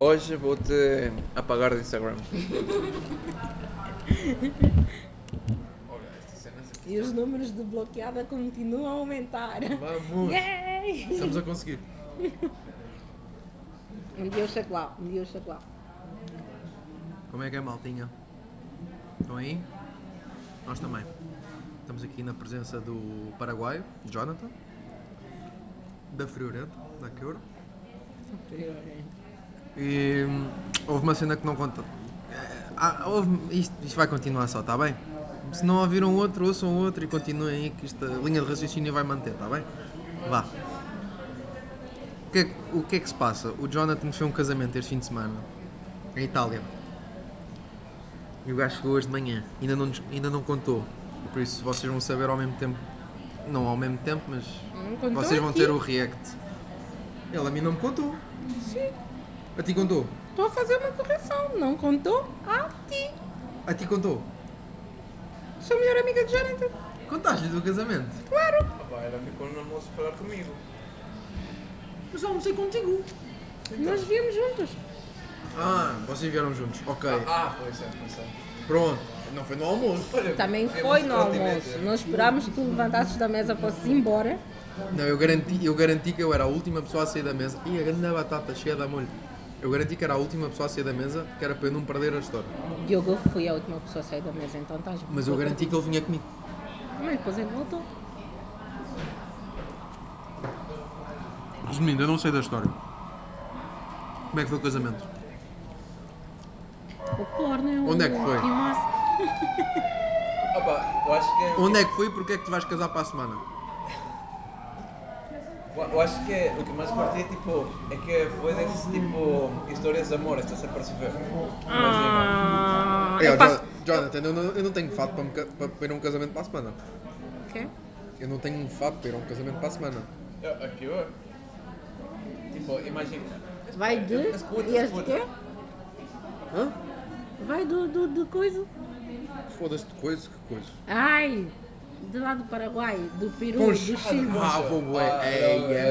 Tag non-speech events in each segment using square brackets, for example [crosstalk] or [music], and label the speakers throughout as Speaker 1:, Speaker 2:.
Speaker 1: Hoje vou-te apagar do Instagram. Olha, estas cenas aqui.
Speaker 2: E os números de bloqueada continuam a aumentar.
Speaker 1: Vamos!
Speaker 2: Yay!
Speaker 1: Estamos a conseguir.
Speaker 2: Um dia eu chego lá, um dia eu chego lá.
Speaker 1: Como é que é, maltinha? Estão aí? Nós também. Estamos aqui na presença do paraguaio, Jonathan, da Friorento, da Queiro. E hum, houve uma cena que não conta. Eh, ah, houve- isto, isto vai continuar só, está bem? Se não ouviram outro, ouçam um outro e continuem aí que esta linha de raciocínio vai manter, está bem? Vá. O que, é, que- o que é que se passa? O Jonathan fez um casamento este fim de semana em Itália. E o gajo chegou hoje de manhã, ainda não, nos- ainda não contou. Por isso vocês vão saber ao mesmo tempo. Não ao mesmo tempo, mas
Speaker 2: Não contou
Speaker 1: vocês vão
Speaker 2: aqui.
Speaker 1: ter o react. Ele a mim não me contou.
Speaker 2: Sim,
Speaker 1: A ti contou?
Speaker 2: estou a fazer uma correção. Não contou a ti.
Speaker 1: A ti contou?
Speaker 2: Sou a melhor amiga de Jonathan.
Speaker 1: Contaste-lhe do casamento?
Speaker 2: Claro.
Speaker 3: Ah, pá, ela ficou no almoço a falar comigo.
Speaker 1: Mas almocei contigo.
Speaker 2: Nós viemos juntos.
Speaker 1: Ah, vocês vieram juntos. Ok.
Speaker 3: Ah, pois é, pois é.
Speaker 1: Pronto. Não foi no almoço.
Speaker 3: Olha,
Speaker 2: Também
Speaker 3: é
Speaker 2: foi
Speaker 3: muito
Speaker 2: no
Speaker 3: divertimento.
Speaker 2: almoço. Nós esperámos que tu levantasses da mesa fosses embora.
Speaker 1: Não, eu garanti, eu garanti que eu era a última pessoa a sair da mesa. E a grande batata cheia de molho. Eu garanti que era a última pessoa a sair da mesa, que era para eu não perder a história.
Speaker 2: Diogo, eu fui a última pessoa a sair da mesa, então estás
Speaker 1: Mas eu garanti que ele vinha comigo.
Speaker 2: Mas depois ele voltou.
Speaker 1: Resumindo, eu não sei da história. Como é que foi o casamento?
Speaker 2: O porno é um
Speaker 1: Onde é que foi?
Speaker 2: ótimo-
Speaker 3: Ah, pá, eu acho que é.
Speaker 1: Onde é que foi e porquê é que tu vais casar para a semana?
Speaker 3: Eu- Eu acho que o que mais curti é tipo. É que foi desse tipo. Histórias de amor, estás a perceber? Mas,
Speaker 2: Ah,
Speaker 1: É,
Speaker 2: eu
Speaker 1: ó,
Speaker 2: faço...
Speaker 1: Jo- Jonathan, eu não, eu não tenho fato para, me ca- para- para ir a um casamento para a semana.
Speaker 2: Quê?
Speaker 1: Eu não tenho um fato para ir a um casamento para a semana.
Speaker 3: é, é pior. Tipo, imagina.
Speaker 2: Vai de...
Speaker 3: Escuta,
Speaker 2: e as de
Speaker 3: escuta.
Speaker 2: quê?
Speaker 1: Hã?
Speaker 2: Vai do, do, do coisa.
Speaker 1: Foda-se de coisa, que coisa.
Speaker 2: Ai, de lá do Paraguai, do Peru, do Chile.
Speaker 1: Ah, vou bué.
Speaker 3: Ah,
Speaker 1: Ei,
Speaker 3: não,
Speaker 1: é.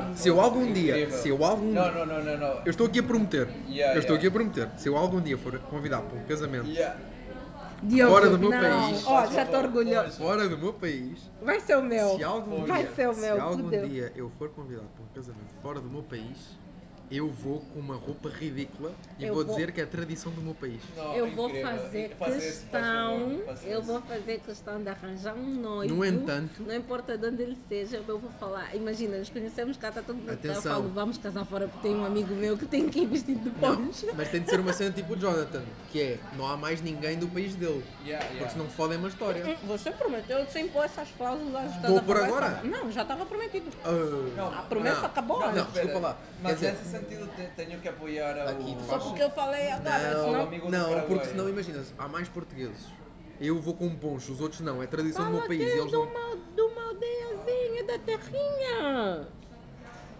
Speaker 3: ah,
Speaker 1: Se eu algum
Speaker 3: incrível.
Speaker 1: dia, se eu algum
Speaker 3: Não, não, não, não. não.
Speaker 1: Eu estou aqui a prometer.
Speaker 3: Yeah,
Speaker 1: eu
Speaker 3: yeah.
Speaker 1: estou aqui a prometer. Se eu algum dia for convidado para um casamento
Speaker 3: Yeah.
Speaker 2: Diogo,
Speaker 1: Fora do meu
Speaker 2: não.
Speaker 1: país.
Speaker 2: Ó, já estou orgulhoso.
Speaker 1: fora do meu país,
Speaker 2: Vai ser o meu.
Speaker 1: se algum
Speaker 2: Vai
Speaker 1: dia,
Speaker 2: ser o
Speaker 1: se
Speaker 2: meu.
Speaker 1: algum
Speaker 2: fudeu.
Speaker 1: dia eu for convidado para um casamento fora do meu país, eu vou com uma roupa ridícula e
Speaker 2: Eu
Speaker 1: vou,
Speaker 2: vou-
Speaker 1: dizer que é a tradição do meu país.
Speaker 3: Não,
Speaker 2: eu vou
Speaker 3: incrível.
Speaker 2: fazer
Speaker 3: Faz esse, faz
Speaker 2: questão,
Speaker 3: favor, faz
Speaker 2: eu
Speaker 3: esse.
Speaker 2: vou fazer questão de arranjar um noivo.
Speaker 1: No entanto-
Speaker 2: não importa de onde ele seja, eu vou falar. Imagina, nos conhecemos cá, está todo mundo cá, eu
Speaker 1: Atenção.
Speaker 2: falo, vamos casar fora porque tem um amigo meu que tem que ir vestido de poncho.
Speaker 1: Mas tem de ser uma cena tipo o Jonathan, que é não há mais ninguém do país dele.
Speaker 3: Yeah, yeah.
Speaker 1: Porque senão fodem uma história.
Speaker 2: Você prometeu sem pôr essas cláusulas. estás
Speaker 1: Vou
Speaker 2: a
Speaker 1: por
Speaker 2: falar
Speaker 1: agora.
Speaker 2: isso? Não, já estava prometido.
Speaker 1: Ah,
Speaker 2: A promessa
Speaker 1: não.
Speaker 2: acabou.
Speaker 1: Não,
Speaker 2: olha.
Speaker 1: desculpa lá.
Speaker 3: Mas
Speaker 1: Quer dizer-
Speaker 3: nesse sentido te- tenho que apoiar o...
Speaker 1: Aqui, de
Speaker 2: Só
Speaker 1: facto.
Speaker 2: porque eu falei agora,
Speaker 1: Não,
Speaker 2: senão...
Speaker 3: amigo do
Speaker 1: não
Speaker 3: Paraguai.
Speaker 1: porque senão imagina, há mais portugueses. Eu vou com um poncho, os outros não. É tradição
Speaker 2: Fala
Speaker 1: do meu país. E
Speaker 2: que é
Speaker 1: eles
Speaker 2: de
Speaker 1: não...
Speaker 2: uma, de uma aldeiazinha, da terrinha.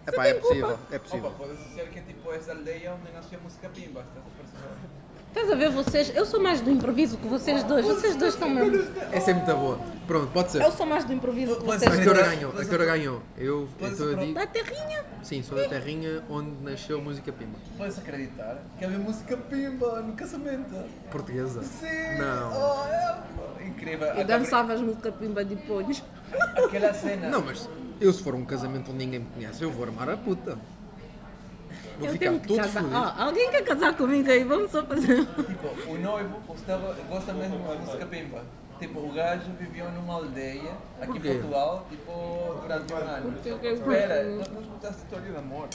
Speaker 2: Você
Speaker 1: Epá,
Speaker 2: tem
Speaker 1: é possível,
Speaker 2: culpa.
Speaker 1: é
Speaker 3: Opa,
Speaker 1: possível.
Speaker 3: pode ser que tipo essa aldeia onde nasceu música pimba, estás a perceber?
Speaker 2: Estás a ver vocês? Eu sou mais do improviso que vocês dois. Vocês dois estão mesmo.
Speaker 1: Essa é muito boa. Pronto, pode ser.
Speaker 2: Eu sou mais do improviso que
Speaker 3: Mas-
Speaker 1: A
Speaker 2: vocês
Speaker 1: Teora
Speaker 2: dois.
Speaker 3: mas-
Speaker 1: ganhou, a Teora ganhou. Eu
Speaker 3: Mas-
Speaker 1: então eu digo,
Speaker 2: Da terrinha.
Speaker 1: sim, sou da terrinha onde nasceu a música pimba.
Speaker 3: Podes acreditar que havia música pimba no casamento?
Speaker 1: Portuguesa?
Speaker 3: Sim!
Speaker 1: Não.
Speaker 3: Oh, é, pô, Incrível!
Speaker 2: E
Speaker 3: Acabei-
Speaker 2: dançavas música pimba de ponhos.
Speaker 3: Aquela cena.
Speaker 1: Não, mas eu se for a um casamento onde ninguém me conhece, eu vou armar a puta. Vou
Speaker 2: Eu
Speaker 1: ficar
Speaker 2: tenho que
Speaker 1: todo
Speaker 2: casar. Ah.
Speaker 1: fodido.
Speaker 2: Ó, alguém quer casar comigo aí? Vamos só fazer.
Speaker 3: Tipo, o noivo gostava, gosta mesmo da música pimba. Tipo, o gajo viveu numa aldeia aqui
Speaker 1: Por
Speaker 3: em
Speaker 1: quê?
Speaker 3: Portugal, tipo, durante um ano.
Speaker 2: Por quê?
Speaker 3: Espera, não não escutaste a história de amor?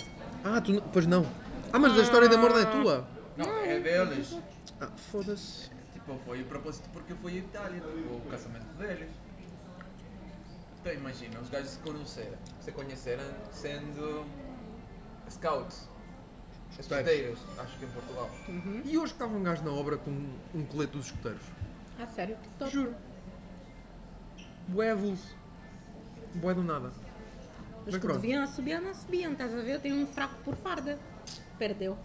Speaker 1: Ah, tu não- pois não. Ah, mas a história de amor não é tua.
Speaker 3: Não, é deles.
Speaker 1: Ah, foda-se.
Speaker 3: Tipo, foi o propósito porque foi a Itália, tipo, o casamento deles. Então imagina, os gajos se conheceram, se conheceram sendo scouts, escuteiros, acho que em Portugal.
Speaker 2: Uhum.
Speaker 1: E hoje estava um gajo na obra com um colete dos escuteiros.
Speaker 2: Ah, sério? que top.
Speaker 1: Juro. Bué avulso. Bué do nada.
Speaker 2: Os
Speaker 1: Mas
Speaker 2: que
Speaker 1: pronto.
Speaker 2: deviam subir, não subiam. Estás a ver? Eu tenho um fraco por farda. Perdeu.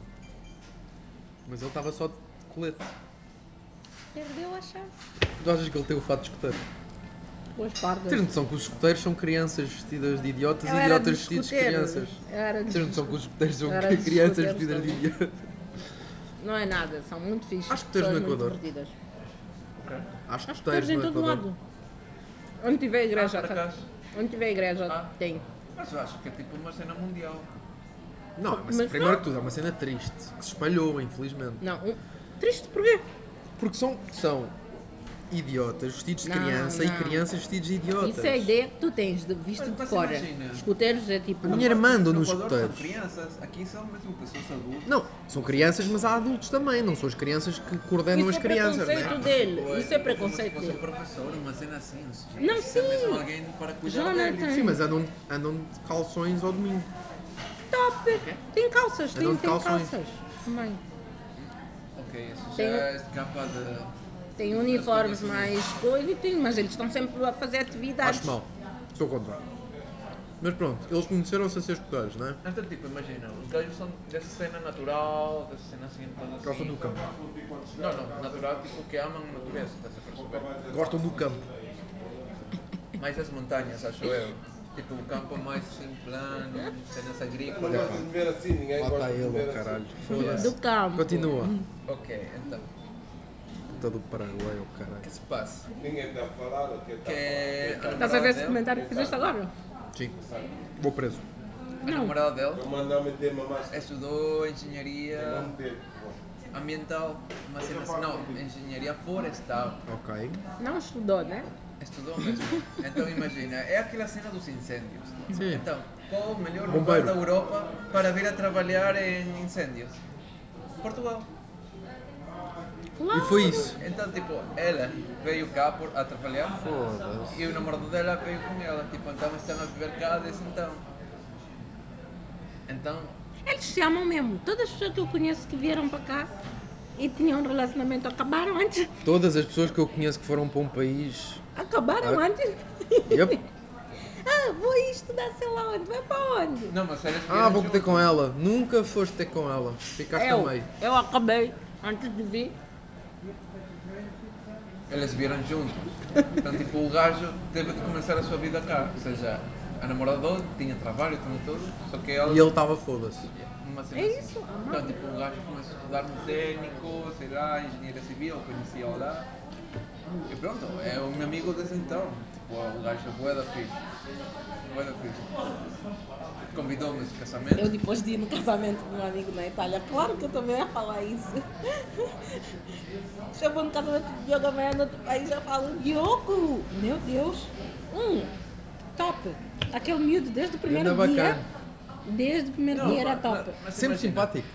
Speaker 1: Mas ele estava só de colete.
Speaker 2: Perdeu a chance.
Speaker 1: Tu achas que ele tem o fato de escuteiro?
Speaker 2: Boas pardas.
Speaker 1: Tens noção que os escuteiros são crianças vestidas de idiotas
Speaker 2: Eu
Speaker 1: e
Speaker 2: era dos
Speaker 1: idiotas vestidos de
Speaker 2: escuteiros.
Speaker 1: crianças.
Speaker 2: Eu era dos
Speaker 1: Tens noção que os escuteiros são
Speaker 2: Eu
Speaker 1: [laughs]
Speaker 2: era dos
Speaker 1: crianças
Speaker 2: escuteiros
Speaker 1: vestidas
Speaker 2: também.
Speaker 1: de idiotas.
Speaker 2: Não é nada, são muito fixes.
Speaker 1: Acho que tens
Speaker 2: pessoas
Speaker 1: no
Speaker 2: muito
Speaker 1: Equador.
Speaker 2: divertidas.
Speaker 3: Ok.
Speaker 1: Acho
Speaker 2: Acho que tens em
Speaker 1: não é
Speaker 2: todo lado. Onde tiver a igreja,
Speaker 3: Ah, por
Speaker 2: tá-
Speaker 3: acaso.
Speaker 2: onde tiver a igreja,
Speaker 3: Ah.
Speaker 2: tem.
Speaker 3: Mas eu acho que é tipo uma cena mundial.
Speaker 1: Não, mas,
Speaker 2: Mas
Speaker 1: primeiro
Speaker 2: não.
Speaker 1: que tudo, é uma cena triste, que se espalhou, infelizmente.
Speaker 2: Não, um... triste porquê?
Speaker 1: Porque são, são idiotas vestidos de
Speaker 2: Não,
Speaker 1: criança
Speaker 2: não.
Speaker 1: e crianças vestidos de idiotas.
Speaker 2: Isso é a ideia que tu tens de visto
Speaker 3: Mas-
Speaker 2: de
Speaker 3: mas
Speaker 2: fora.
Speaker 3: imagina.
Speaker 2: Escuteiros é tipo.
Speaker 1: Minha irmã anda
Speaker 3: No
Speaker 1: nos
Speaker 3: Equador
Speaker 1: escuteiros.
Speaker 3: São crianças, aqui são mesmo pessoas adultas.
Speaker 1: Não, são crianças, mas há adultos também, não são as crianças que coordenam
Speaker 2: Isso
Speaker 1: as
Speaker 2: é
Speaker 1: crianças, né?
Speaker 2: preconceito dele.
Speaker 3: Ou
Speaker 2: Isso é
Speaker 3: como
Speaker 2: preconceito
Speaker 3: Se fosse um
Speaker 2: dele.
Speaker 3: professor, uma cena assim. se já
Speaker 2: Não,
Speaker 3: precisa
Speaker 2: sim.
Speaker 3: Mesmo alguém para cuidar
Speaker 2: Jonathan.
Speaker 3: deles.
Speaker 1: Sim, mas andam, andam de calções ao domingo.
Speaker 2: Top! Tem calças, tem,
Speaker 1: Andam de
Speaker 2: tem
Speaker 1: É calções.
Speaker 2: calças. Mãe.
Speaker 3: Ok, isso já
Speaker 2: Tem-
Speaker 3: escapa de.
Speaker 2: Tem
Speaker 3: Eu
Speaker 2: uniformes
Speaker 3: conheço
Speaker 2: mais coisa e tem, mas eles estão sempre a fazer atividades.
Speaker 1: Acho mal. Sou contra. Mas pronto, eles conheceram-se a ser escuteiros, não é?
Speaker 3: Mas, tipo, imagina, os gajos são dessa cena natural, dessa cena assim, toda assim.
Speaker 1: Gostam do campo.
Speaker 3: Não, não, natural, tipo, que amam a natureza, estás a perceber?
Speaker 1: Gostam do campo.
Speaker 3: Mais as montanhas, acho eu. Tipo, um campo mais assim, plano, cenas
Speaker 4: Não
Speaker 3: agrícolas.
Speaker 4: gosto de ver assim, ninguém
Speaker 1: Lá
Speaker 4: gosta
Speaker 1: está
Speaker 4: de
Speaker 1: ele,
Speaker 4: ver
Speaker 1: oh,
Speaker 4: assim.
Speaker 1: caralho.
Speaker 2: Do
Speaker 1: Foda-se.
Speaker 2: campo.
Speaker 1: Continua.
Speaker 3: Ok, então, o
Speaker 1: Puta do Paraguai, oh,
Speaker 3: que
Speaker 1: caralho.
Speaker 3: se passa?
Speaker 4: Ninguém tá está a falar o que está a falar.
Speaker 3: Que é- a
Speaker 2: Estás a ver
Speaker 3: namorada
Speaker 2: esse
Speaker 3: dele,
Speaker 2: comentário que fizeste agora?
Speaker 1: Sim. Vou preso.
Speaker 3: a namorada dele
Speaker 4: Eu mandava meter uma máscara.
Speaker 3: estudou engenharia
Speaker 4: Não teve.
Speaker 3: ambiental, uma cena assim, não, engenharia florestal.
Speaker 1: Ok.
Speaker 2: Não estudou, né?
Speaker 3: Estudou mesmo. Então imagina, é aquela cena dos incêndios.
Speaker 1: Sim.
Speaker 3: Então, qual o melhor
Speaker 1: Bombeiro.
Speaker 3: lugar da Europa para vir a trabalhar em incêndios? Portugal.
Speaker 1: E
Speaker 2: Claro.
Speaker 1: foi isso.
Speaker 3: Então, tipo, ela veio cá por, a trabalhar
Speaker 1: Foda-se.
Speaker 3: e o namorado dela veio com ela. Tipo, então estão a viver cá desde então. Então,
Speaker 2: Eles se amam mesmo. Todas as pessoas que eu conheço que vieram para cá e tinham um relacionamento acabaram antes.
Speaker 1: Todas as pessoas que eu conheço que foram para um país.
Speaker 2: Acabaram
Speaker 1: Ah.
Speaker 2: antes.
Speaker 1: Yep.
Speaker 2: [laughs] ah, vou ir estudar sei lá onde. Vai para onde?
Speaker 3: não, mas eles
Speaker 1: Ah,
Speaker 3: vieram
Speaker 1: vou ter
Speaker 3: juntos.
Speaker 1: com ela. Nunca foste ter com ela.
Speaker 3: É
Speaker 1: Ficaste a
Speaker 2: Eu,
Speaker 1: meio.
Speaker 2: É eu acabei antes de vir.
Speaker 3: Eles vieram juntos. Então, tipo, o gajo teve de começar a sua vida cá. Ou seja, a namorada dele tinha trabalho, tinha tudo, só que ela...
Speaker 1: E ele estava foda-se.
Speaker 3: Uma cena
Speaker 2: É
Speaker 3: assim.
Speaker 2: isso, amado.
Speaker 3: Então, tipo, o gajo começou a estudar no técnico, sei lá, engenharia civil, conhecia lá. E pronto, é o meu amigo desde então. Tipo, o gajo é bué da fixe. Bué da fixe. Convidou-me ao casamento.
Speaker 2: Eu depois de ir no casamento de um amigo na Itália, claro que eu também ia falar isso. Se eu vou no casamento de Diogo amanhã no outro país, eu falo, Diogo, meu Deus. Hum, top. Aquele miúdo desde o primeiro
Speaker 1: Ganda
Speaker 2: dia.
Speaker 1: bacana.
Speaker 2: Desde o primeiro
Speaker 3: é Não,
Speaker 2: dia era
Speaker 3: mas-
Speaker 2: top.
Speaker 3: mas
Speaker 1: Sempre
Speaker 3: imagina.
Speaker 1: simpático.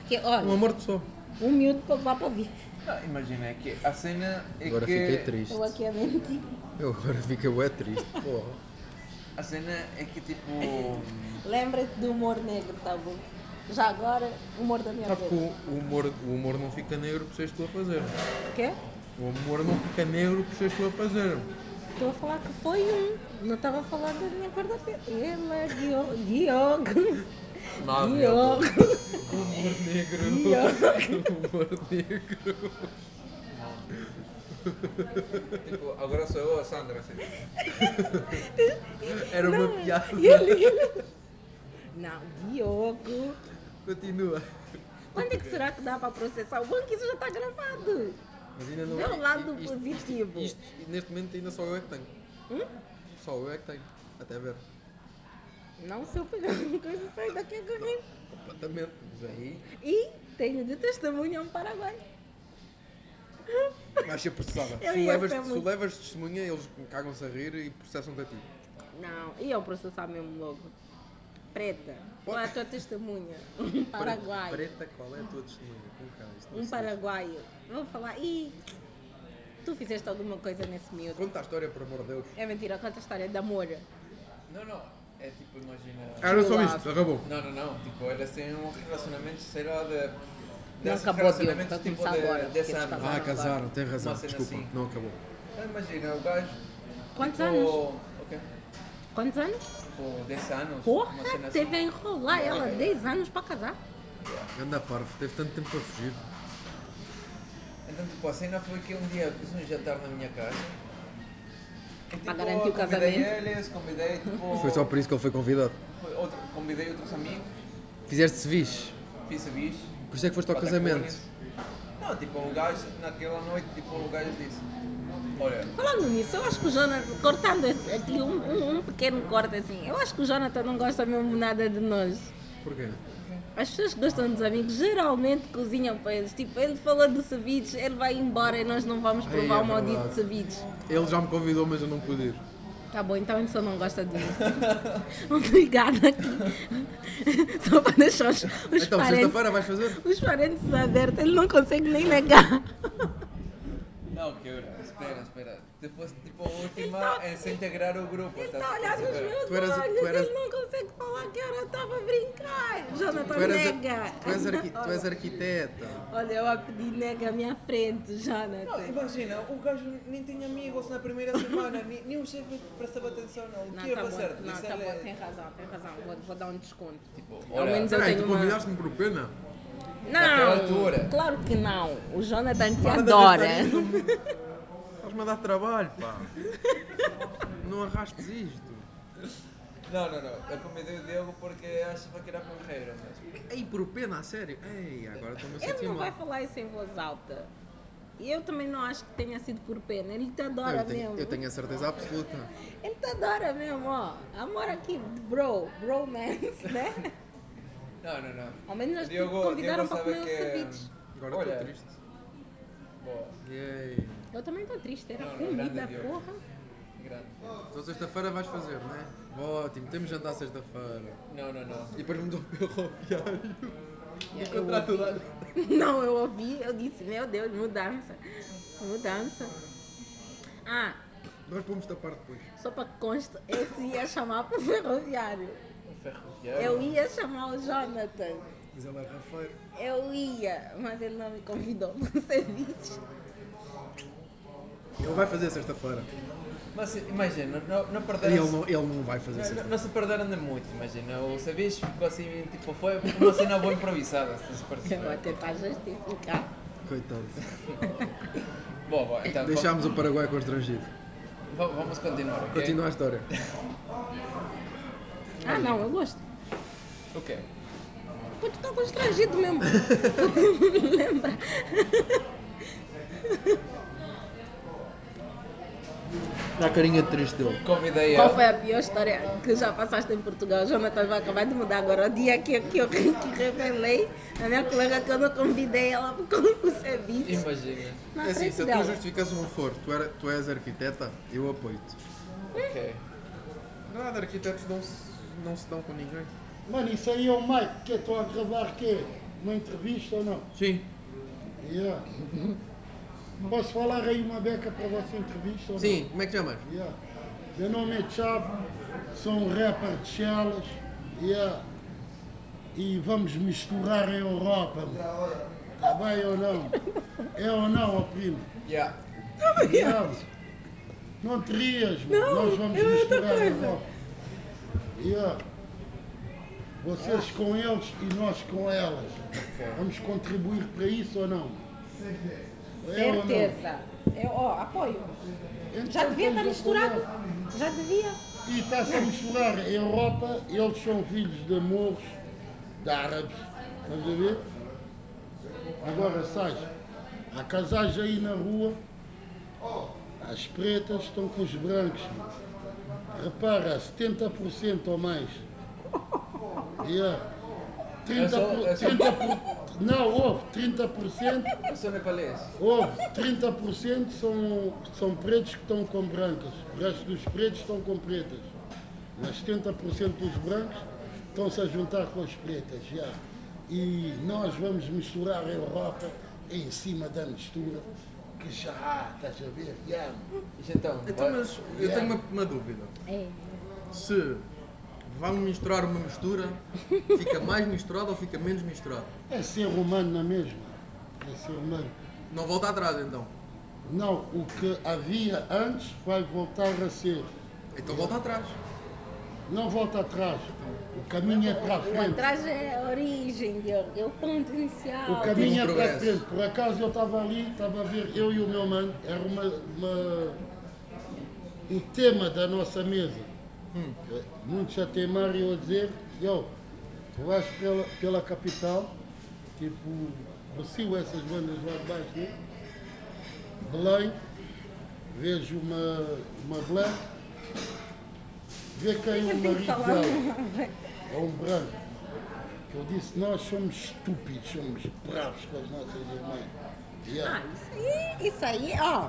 Speaker 2: Porque,
Speaker 1: Um
Speaker 2: olha,
Speaker 1: amor de pessoa.
Speaker 2: um miúdo que eu vá para vir.
Speaker 3: Não, imagina, é que a cena é
Speaker 1: Agora
Speaker 3: que...
Speaker 1: fiquei triste.
Speaker 2: Eu aqui a mentir.
Speaker 1: Eu agora fiquei bué triste. Porra.
Speaker 3: A cena é que,
Speaker 2: [laughs]
Speaker 3: tipo...
Speaker 2: Lembra-te do humor negro, tá bom? Já agora, o humor da minha
Speaker 3: Tá
Speaker 1: Sabe que
Speaker 2: vida.
Speaker 1: o o humor, o humor não fica negro por seres tu a fazer.
Speaker 2: Quê?
Speaker 1: O humor não fica negro por seres tu a fazer.
Speaker 2: Estou a falar que foi um. Não estava a falar da minha quarta-feira. Ela, Diogo. Diogo.
Speaker 3: Nada,
Speaker 2: Diogo.
Speaker 1: Humor negro. humor negro.
Speaker 3: Tipo, agora sou eu a Sandra, assim.
Speaker 1: Era uma piada.
Speaker 2: E ele, ele. Não, Diogo.
Speaker 1: Continua.
Speaker 2: Quando é que será que dá para processar o banco? Isso já está gravado.
Speaker 1: Mas ainda não é.
Speaker 2: Vê o lado
Speaker 1: isto-
Speaker 2: positivo.
Speaker 1: Isto, isto- neste momento ainda só eu é que tenho.
Speaker 2: Hum?
Speaker 1: Só eu é que tenho. Até ver.
Speaker 2: Não se eu pegar uma coisa sai daqui é agora.
Speaker 1: Completamente. Mas aí
Speaker 2: E tenho de testemunha um Paraguai.
Speaker 1: vais ser processada.
Speaker 2: Eu
Speaker 1: Se
Speaker 2: ia
Speaker 1: levas,
Speaker 2: ser
Speaker 1: se
Speaker 2: muito-
Speaker 1: levas testemunha, eles cagam-se a rir e processam-te a ti.
Speaker 2: Não, e eu processar mesmo logo. Preta. Qual é a tua testemunha? Um Paraguai.
Speaker 1: Preta, qual é a tua testemunha? Com cá, isto não
Speaker 2: Um
Speaker 1: se
Speaker 2: paraguaio. Vou falar. E tu fizeste alguma coisa nesse
Speaker 1: diz.
Speaker 2: miúdo?
Speaker 1: Conta a história, por amor de Deus.
Speaker 2: É mentira, conta a história de amor.
Speaker 3: Não, não. É tipo, imagina.
Speaker 1: Ah, Era só
Speaker 2: Olá.
Speaker 1: isto, acabou.
Speaker 3: Não, não, não. Tipo, elas têm um relacionamento, sei lá, de. desses
Speaker 2: acabou, Diogo,
Speaker 3: relacionamentos,
Speaker 2: vai
Speaker 3: tipo,
Speaker 2: começar
Speaker 3: de,
Speaker 2: agora, porque
Speaker 3: dez
Speaker 2: eles
Speaker 3: anos.
Speaker 2: estavam-
Speaker 1: Ah, casaram, tem razão.
Speaker 3: Uma cena
Speaker 1: Desculpa,
Speaker 3: assim.
Speaker 1: não acabou.
Speaker 3: Então, imagina, o gajo.
Speaker 2: Quantos
Speaker 3: tipo,
Speaker 2: anos?
Speaker 3: Ok.
Speaker 2: Quantos anos?
Speaker 3: Tipo, 10 anos. uma cena
Speaker 2: Porra,
Speaker 3: assim.
Speaker 2: teve a enrolar ela 10 anos para casar.
Speaker 1: Anda parvo, teve tanto tempo para fugir.
Speaker 3: Então, tipo, a cena foi que um dia fiz um jantar na minha casa. É tipo,
Speaker 2: garantir o
Speaker 3: convidei
Speaker 2: casamento.
Speaker 3: eles, convidei tipo.
Speaker 1: Foi só por isso que ele foi convidado.
Speaker 3: foi outro- convidei outros amigos,
Speaker 1: Fizeste ceviche.
Speaker 3: fiz a bicho.
Speaker 1: Por isso é que foste ao casamento.
Speaker 3: Não, tipo, o gajo, naquela noite, tipo, o gajo disse: Olha,
Speaker 2: Falando nisso, eu acho que o Jonathan, cortando esse- aqui um, um- um pequeno corte assim, eu acho que o Jonathan não gosta mesmo nada de nós.
Speaker 1: Porquê?
Speaker 2: As pessoas que gostam dos amigos geralmente cozinham para eles. Tipo, ele falou de ceviche, ele vai embora e nós não vamos
Speaker 1: Ai, é
Speaker 2: provar o maldito
Speaker 1: verdade.
Speaker 2: ceviche.
Speaker 1: Ele já me convidou, mas eu não pude ir.
Speaker 2: Tá bom, então ele só não gosta de [laughs] mim. Obrigada aqui. [laughs] Só para deixar os, os
Speaker 1: Então,
Speaker 2: parentes.
Speaker 1: sexta-feira vais fazer?
Speaker 2: Os parentes abertos, ele não consegue nem negar.
Speaker 3: não, que hora, espera, espera. Depois, tipo, a última
Speaker 2: Ele tá-
Speaker 3: é se integrar o grupo.
Speaker 2: Ele
Speaker 3: tá-
Speaker 2: está a olhar nos
Speaker 3: espera.
Speaker 2: meus
Speaker 1: Tu eras-
Speaker 2: olhos,
Speaker 1: tu eras-
Speaker 2: ele não consegue falar que eu estava a brincar. Jonathan,
Speaker 1: Tu eras,
Speaker 2: nega.
Speaker 1: tu és arqui- tu és arquiteta.
Speaker 2: Olha, eu a pedir nega à minha frente,
Speaker 3: Não,
Speaker 2: Jonathan.
Speaker 3: imagina, o gajo nem tinha amigos na
Speaker 1: [laughs]
Speaker 3: primeira semana, nem, nem o chefe prestava atenção, não. O que
Speaker 2: Não,
Speaker 3: ia
Speaker 2: tá
Speaker 3: fazer? é
Speaker 2: bom, não, tá
Speaker 3: Disser-lhe,
Speaker 2: bom, tem razão, tem razão. Vou, vou dar um desconto.
Speaker 3: Tipo,
Speaker 2: Ao menos eu
Speaker 1: Peraí,
Speaker 2: tenho
Speaker 1: tu
Speaker 2: uma...
Speaker 1: convidaste-me por pena?
Speaker 2: Não,
Speaker 3: altura.
Speaker 2: claro que não. O Jonathan te
Speaker 1: Para de
Speaker 2: adora.
Speaker 1: gastar
Speaker 2: [laughs]
Speaker 1: isto. Estás-me a dar trabalho, pá. [laughs] Não arrastes isto.
Speaker 3: Não, não, não. Eu convidei o Diogo porque achava que era porreiro mesmo.
Speaker 1: Ei, por pena, a sério? Ei, agora estou-me a
Speaker 2: Ele
Speaker 1: sentir
Speaker 2: não vai
Speaker 1: mal.
Speaker 2: falar isso em voz alta. E eu também não acho que tenha sido por pena. Ele te
Speaker 1: Não,
Speaker 2: adora
Speaker 1: eu, tenho,
Speaker 2: mesmo.
Speaker 1: eu tenho a certeza absoluta.
Speaker 2: Ele te adora mesmo, ó. Amor aqui, bro, bromance, [laughs] né?
Speaker 3: Não, não, não.
Speaker 2: Ao menos nós te
Speaker 3: Diogo,
Speaker 2: convidaram
Speaker 3: Diogo
Speaker 2: para
Speaker 3: sabe
Speaker 2: comer o
Speaker 3: que... é- mm,
Speaker 2: ceviche.
Speaker 1: Agora
Speaker 3: Olha,
Speaker 1: estou triste.
Speaker 3: Boa,
Speaker 1: Yay.
Speaker 2: Eu também estou triste, era
Speaker 3: Não, não,
Speaker 2: comida,
Speaker 3: grande Diogo.
Speaker 2: porra. [laughs]
Speaker 3: grande.
Speaker 1: Então sexta-feira vais fazer, não é? Ótimo, temos jantar sexta-feira.
Speaker 3: Não, não, não.
Speaker 1: E depois [laughs] vamos ao ferroviário.
Speaker 2: Eu
Speaker 1: Contrato lá.
Speaker 2: Não, eu ouvi, eu disse, meu Deus, mudança. Mudança. Ah,
Speaker 1: Nós pomos da parte depois.
Speaker 2: só para que conste, eu te ia chamar para o ferroviário.
Speaker 3: Um ferroviário.
Speaker 2: Eu ia chamar o Jonathan.
Speaker 1: Mas ela é rafeiro.
Speaker 2: Eu ia, mas ele não me convidou para o [laughs] serviço.
Speaker 1: Ele vai fazer sexta-feira.
Speaker 3: Mas imagina, não, não
Speaker 1: E Ele
Speaker 3: perderam...
Speaker 1: não, ele não vai fazer
Speaker 3: Não,
Speaker 1: sexta-feira.
Speaker 3: não se perderam de muito, imagina. O ceviche ficou assim, tipo, foi uma cena boa improvisada. Se se
Speaker 2: Eu vou
Speaker 3: perceber.
Speaker 2: tentar justificar.
Speaker 1: Coitado.
Speaker 3: Boa, boa. Então,
Speaker 1: Deixámos o Paraguai constrangido.
Speaker 3: va- vamos continuar, ok?
Speaker 1: Continua a história.
Speaker 2: Ah, não, eu gosto.
Speaker 3: Ok.
Speaker 2: Pô, tu tá constrangido mesmo. Lembra?
Speaker 1: Dá a carinha de triste dele.
Speaker 3: Convidei
Speaker 2: Qual
Speaker 3: a...
Speaker 2: foi a pior história que já passaste em Portugal? Jonathan vai acabar de mudar agora. O dia que, que eu [laughs] que revelei a minha colega que eu não convidei ela para o serviço.
Speaker 3: Imagina.
Speaker 2: Na
Speaker 1: É assim,
Speaker 2: frente
Speaker 1: se a
Speaker 2: dela.
Speaker 1: tua justificação for tu, era, tu és arquiteta, eu apoio-te.
Speaker 3: Ok.
Speaker 1: Nada, arquitetos não se, não se dão com ninguém.
Speaker 5: Mano, isso aí é o Mike que eu estou a gravar que Uma entrevista ou não?
Speaker 1: Sim.
Speaker 5: Yeah. Posso falar aí uma beca para vossa entrevista ou
Speaker 1: Sim, como é que chamas?
Speaker 5: não? Yeah. Meu nome é Chavo, sou um rapper de Chelas. Yeah. E vamos misturar a Europa. Está bem ou não? É ou não, ó primo?
Speaker 3: Yeah.
Speaker 5: Yeah. Não te rias, mano. nós vamos
Speaker 2: é outra
Speaker 5: misturar a
Speaker 2: coisa.
Speaker 5: Europa. Yeah. Vocês com eles e nós com elas. Vamos contribuir para isso ou não? É ou não?
Speaker 2: Certeza. Eu, ó, apoio.
Speaker 5: Então
Speaker 2: Já devia estar
Speaker 5: estamos a
Speaker 2: misturado.
Speaker 5: apoiar.
Speaker 2: Já devia.
Speaker 5: E está-se a misturar. A Europa, eles são filhos de amores, de árabes. Estás a ver? Agora sais. Há casais aí na rua. As pretas estão com os brancos. Repara, 70%
Speaker 3: [laughs]
Speaker 5: ou mais. Yeah. 30%, por-
Speaker 3: É só- é só-
Speaker 5: 30 por- não, houve 30%.
Speaker 3: Eu sou nepalês.
Speaker 5: Houve 30% são, são pretos que estão com brancas, o resto dos pretos estão com pretas. Mas 70% dos brancos estão-se a juntar com as pretas já. E nós vamos misturar a Europa em cima da mistura que já há, estás a ver? Já.
Speaker 3: E então,
Speaker 1: Então,
Speaker 3: vai-
Speaker 1: mas eu tenho uma, uma dúvida.
Speaker 2: É.
Speaker 1: Se vão misturar uma mistura, fica mais misturado ou fica menos misturado?
Speaker 5: É ser humano na mesma. É ser humano.
Speaker 1: Não volta atrás então.
Speaker 5: Não, o que havia antes vai voltar a ser.
Speaker 1: Então volta atrás.
Speaker 5: Não volta atrás. O caminho é para a
Speaker 2: O
Speaker 5: frente.
Speaker 2: atrás é a origem, Diogo. É o ponto
Speaker 5: O
Speaker 2: inicial.
Speaker 5: caminho é
Speaker 1: Tudo
Speaker 5: para
Speaker 1: progresso.
Speaker 5: frente. Por acaso eu estava ali, estava a ver, eu e o meu mano, era uma, uma, o tema da nossa mesa. Muitos já teimaram eu a dizer, eu, tu vais pela, pela capital, tipo, recibo essas bandas lá de baixo, né? Belém, vejo uma, uma black, vê quem o
Speaker 2: Tem que
Speaker 5: marido
Speaker 2: falar.
Speaker 5: dela é um branco. que Eu disse, nós somos estúpidos, somos bravos com as nossas irmãs. E ela,
Speaker 2: Ah, isso aí, isso aí, ó.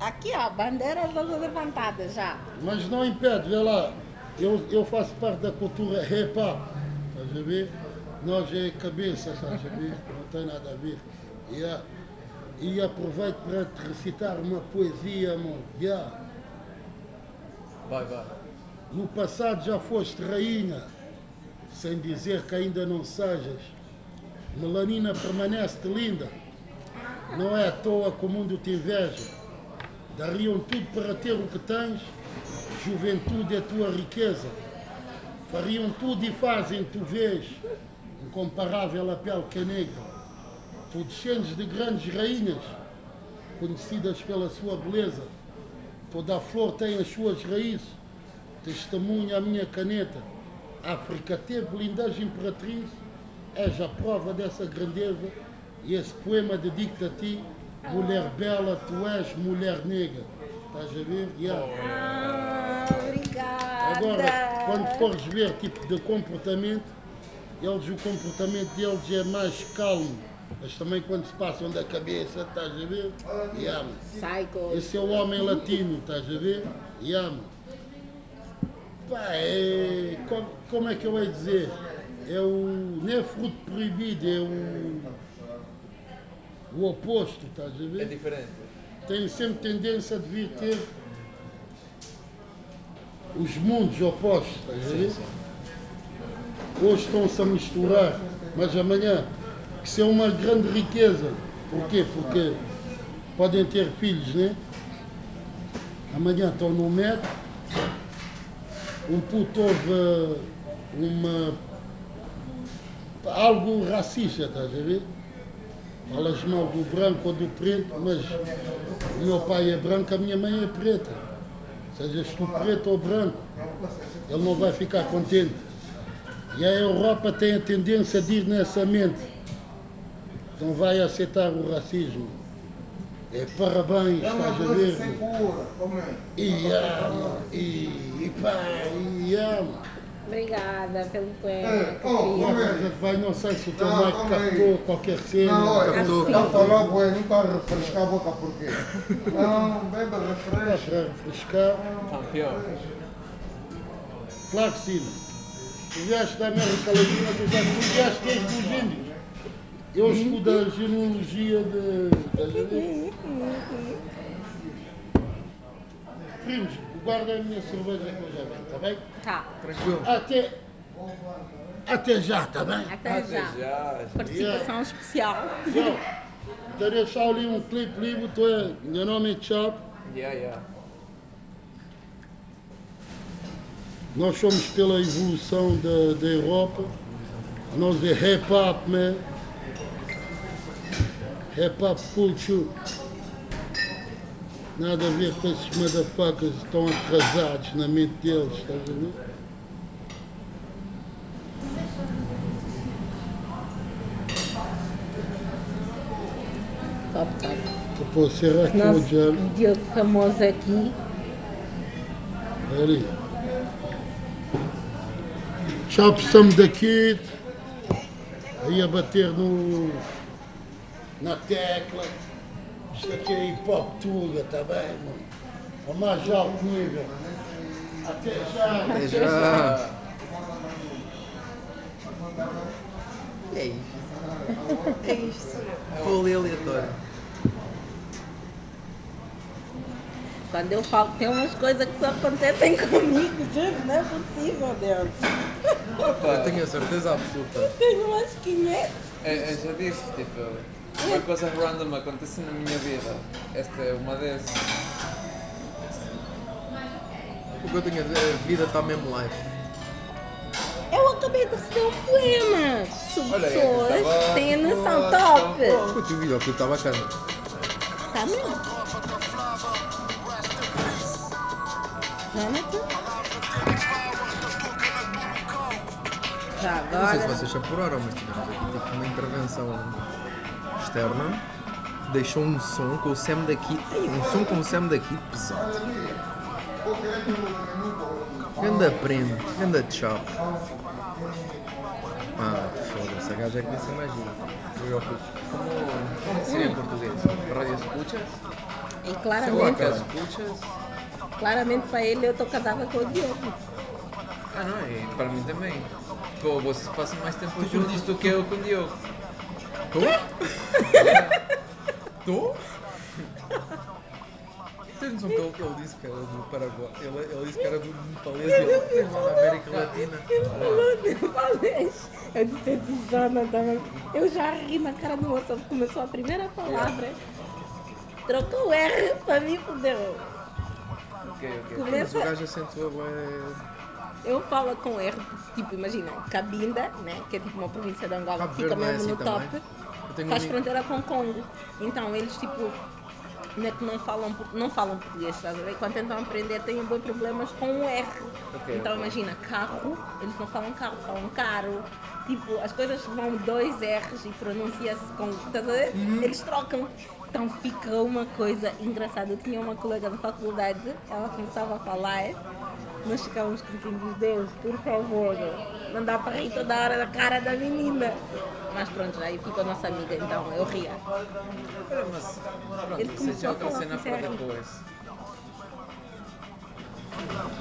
Speaker 2: Aqui, ó, bandeiras todas levantadas já.
Speaker 5: Mas não impede, vê lá, eu, eu faço parte da cultura hip hop, estás a ver? Nós é cabeça, estás a ver? Não tem nada a ver. Yeah. E aproveito para te recitar uma poesia, amor. Yeah.
Speaker 3: Vai, vai.
Speaker 5: No passado já foste rainha, sem dizer que ainda não sejas. Melanina permanece-te linda, não é à toa que o mundo te inveja. Dariam tudo para ter o que tens, juventude é tua riqueza. Fariam tudo e fazem, tu vês, incomparável a pele que é negra. Tu descendes de grandes rainhas, conhecidas pela sua beleza. Toda a flor tem as suas raízes, testemunha a minha caneta. África teve lindas imperatriz, és a prova dessa grandeza. E esse poema dedica-te a ti, mulher bela, tu és mulher negra. Estás a ver? Yeah.
Speaker 2: Ah, obrigada.
Speaker 5: Agora, quando fores ver tipo de comportamento, eles, o comportamento deles é mais calmo, mas também quando se passam da cabeça, estás a ver? E ama.
Speaker 2: Psycho.
Speaker 5: Esse é o homem latino, estás a ver? E ama. Pá, é, como, como é que eu ia dizer? É o. Não é fruto proibido, é o. O oposto, estás a
Speaker 3: É
Speaker 5: ver?
Speaker 3: diferente.
Speaker 5: Tem sempre tendência a vir ter os mundos opostos, estás a ver? hoje estão-se a misturar, mas amanhã, que isso é uma grande riqueza. Porquê? Porque podem ter filhos, né? Amanhã estão no metro, um puto houve eh, uma algo racista, estás a ver? Falas mal do branco ou do preto, mas o meu pai é branco, a minha mãe é preta. Sejas tu preto ou branco, ele não vai ficar contente. E a Europa tem a tendência de ir nessa mente. Não vai aceitar o racismo. É parabéns,
Speaker 1: Tá
Speaker 5: estás a ver? E ama, e, e pá, e ama.
Speaker 2: Obrigada pelo poema.
Speaker 5: Uma
Speaker 2: querida.
Speaker 5: coisa que vai, não sei se o teu
Speaker 6: Não,
Speaker 5: mic
Speaker 6: Tá, calma aí.
Speaker 5: captou qualquer cena.
Speaker 6: Não, olha,
Speaker 1: Captou,
Speaker 6: não falou bueno, não para refrescar a
Speaker 1: [laughs]
Speaker 6: boca porquê? Não, beba
Speaker 5: Dá
Speaker 6: refresco.
Speaker 5: para refrescar.
Speaker 3: Campeão.
Speaker 5: Claro que sim. Tu vieste da América Latina, tu já- tu vieste desde os índios. Eu estudo a genealogia de. das índias. Primos, guarda é a minha cerveja que eu já venho, está bem?
Speaker 2: Tá,
Speaker 1: Tranquilo.
Speaker 5: Até. Até já, está bem?
Speaker 2: até já.
Speaker 3: Já,
Speaker 2: Participação especial.
Speaker 5: Então, te deixar ali um clipe livre, tu é. Meu nome é Tchau.
Speaker 3: já, já.
Speaker 5: Nós somos pela evolução da, da Europa. Nós é hip hop, man. Hip hop culture. Nada a ver com esses motherfuckers que estão atrasados na mente deles, estás a ver?
Speaker 2: Top, top.
Speaker 5: Pô, será que
Speaker 2: Nosso
Speaker 5: o Jerry.
Speaker 2: Diogo famoso aqui.
Speaker 5: Ali. Chop some the kid. Aí a bater no. na tecla. Isto aqui é hip hop tuga, tá bem, mano? O mais alto nível. Até já.
Speaker 1: Até já. E é isto. É isto. Vou ler aleatório.
Speaker 2: Quando eu falo, tem umas coisas que só acontecem [laughs] comigo, juro, não é possível, Deus.
Speaker 1: Pá, tenho a certeza absoluta.
Speaker 2: Tenho umas 500.
Speaker 3: É, é, já disse, tipo, uma coisa random acontece na minha vida. Esta é uma dessas.
Speaker 1: O que eu tenho a dizer é a vida está mesmo live.
Speaker 2: Eu acabei de receber um poema sobre
Speaker 3: Olha aí,
Speaker 2: pessoas
Speaker 1: tá
Speaker 3: estava-
Speaker 2: que têm a noção top.
Speaker 1: Escute o vídeo, está bacana.
Speaker 2: Tá mesmo? Jonathan? Já
Speaker 1: Não sei se
Speaker 2: agora.
Speaker 1: vocês se apuraram, mas tivemos aqui tipo, uma intervenção externa que deixou um som com o Sam daqui. Ei, um som com o Sam daqui pesado. Ganda prende, ganda chop. Ah, foda-se, a gaja é que nem se imagina. Eu ocupo.
Speaker 3: Como, como seria em português? Radio escuchas?
Speaker 2: E
Speaker 3: Podcast
Speaker 2: claramente,
Speaker 3: escuchas?
Speaker 2: claramente para ele eu tô casada com o Diogo.
Speaker 3: Ah, não, e para mim também. Pô, vocês passam mais tempo juntos do que eu com o Diogo. É?
Speaker 1: Tu?
Speaker 3: Tu? Vocês não são que ele, ele disse que era do Paraguai. Ele, ele disse que era do Nepalês e ele ele lá na América Latina.
Speaker 2: Ele falou nepalês. Eu disse esse Jonathan. Eu já ri na cara do moço. Começou a primeira palavra. Trocou o R pra mim, fudeu.
Speaker 3: Ok, ok.
Speaker 1: Mas o
Speaker 2: Começa,
Speaker 1: gajo acentua bué.
Speaker 2: eu falo com R, tipo, imagina, Cabinda, né? Que é tipo uma província de Angola
Speaker 1: Cabo
Speaker 2: que fica
Speaker 1: Verde não é
Speaker 2: mesmo no
Speaker 1: assim
Speaker 2: top.
Speaker 1: também. Eu tenho um
Speaker 2: Faz
Speaker 1: amigo-
Speaker 2: fronteira com Congo. Então eles tipo não, é que não falam, por- não falam português, estás a ver? Quando tentam aprender têm bons problemas com o R.
Speaker 3: Ok,
Speaker 2: então
Speaker 3: ok.
Speaker 2: imagina, carro, eles não falam carro, falam caro. Tipo, as coisas vão dois R's e pronuncia-se com. Estás a ver?
Speaker 1: Hum.
Speaker 2: Eles trocam. Então fica uma coisa engraçada. Eu tinha uma colega da faculdade, ela começava a falar, nós ficávamos criticados, Deus, por favor, não dá para rir toda hora da cara da menina. Mas pronto, aí ficou a nossa amiga, então eu ria.
Speaker 3: Olha, mas pronto,
Speaker 2: Ele
Speaker 3: isso
Speaker 2: começou
Speaker 3: já é
Speaker 2: a
Speaker 3: outra
Speaker 2: falar
Speaker 3: cena
Speaker 2: com
Speaker 3: para
Speaker 2: sério.
Speaker 3: depois.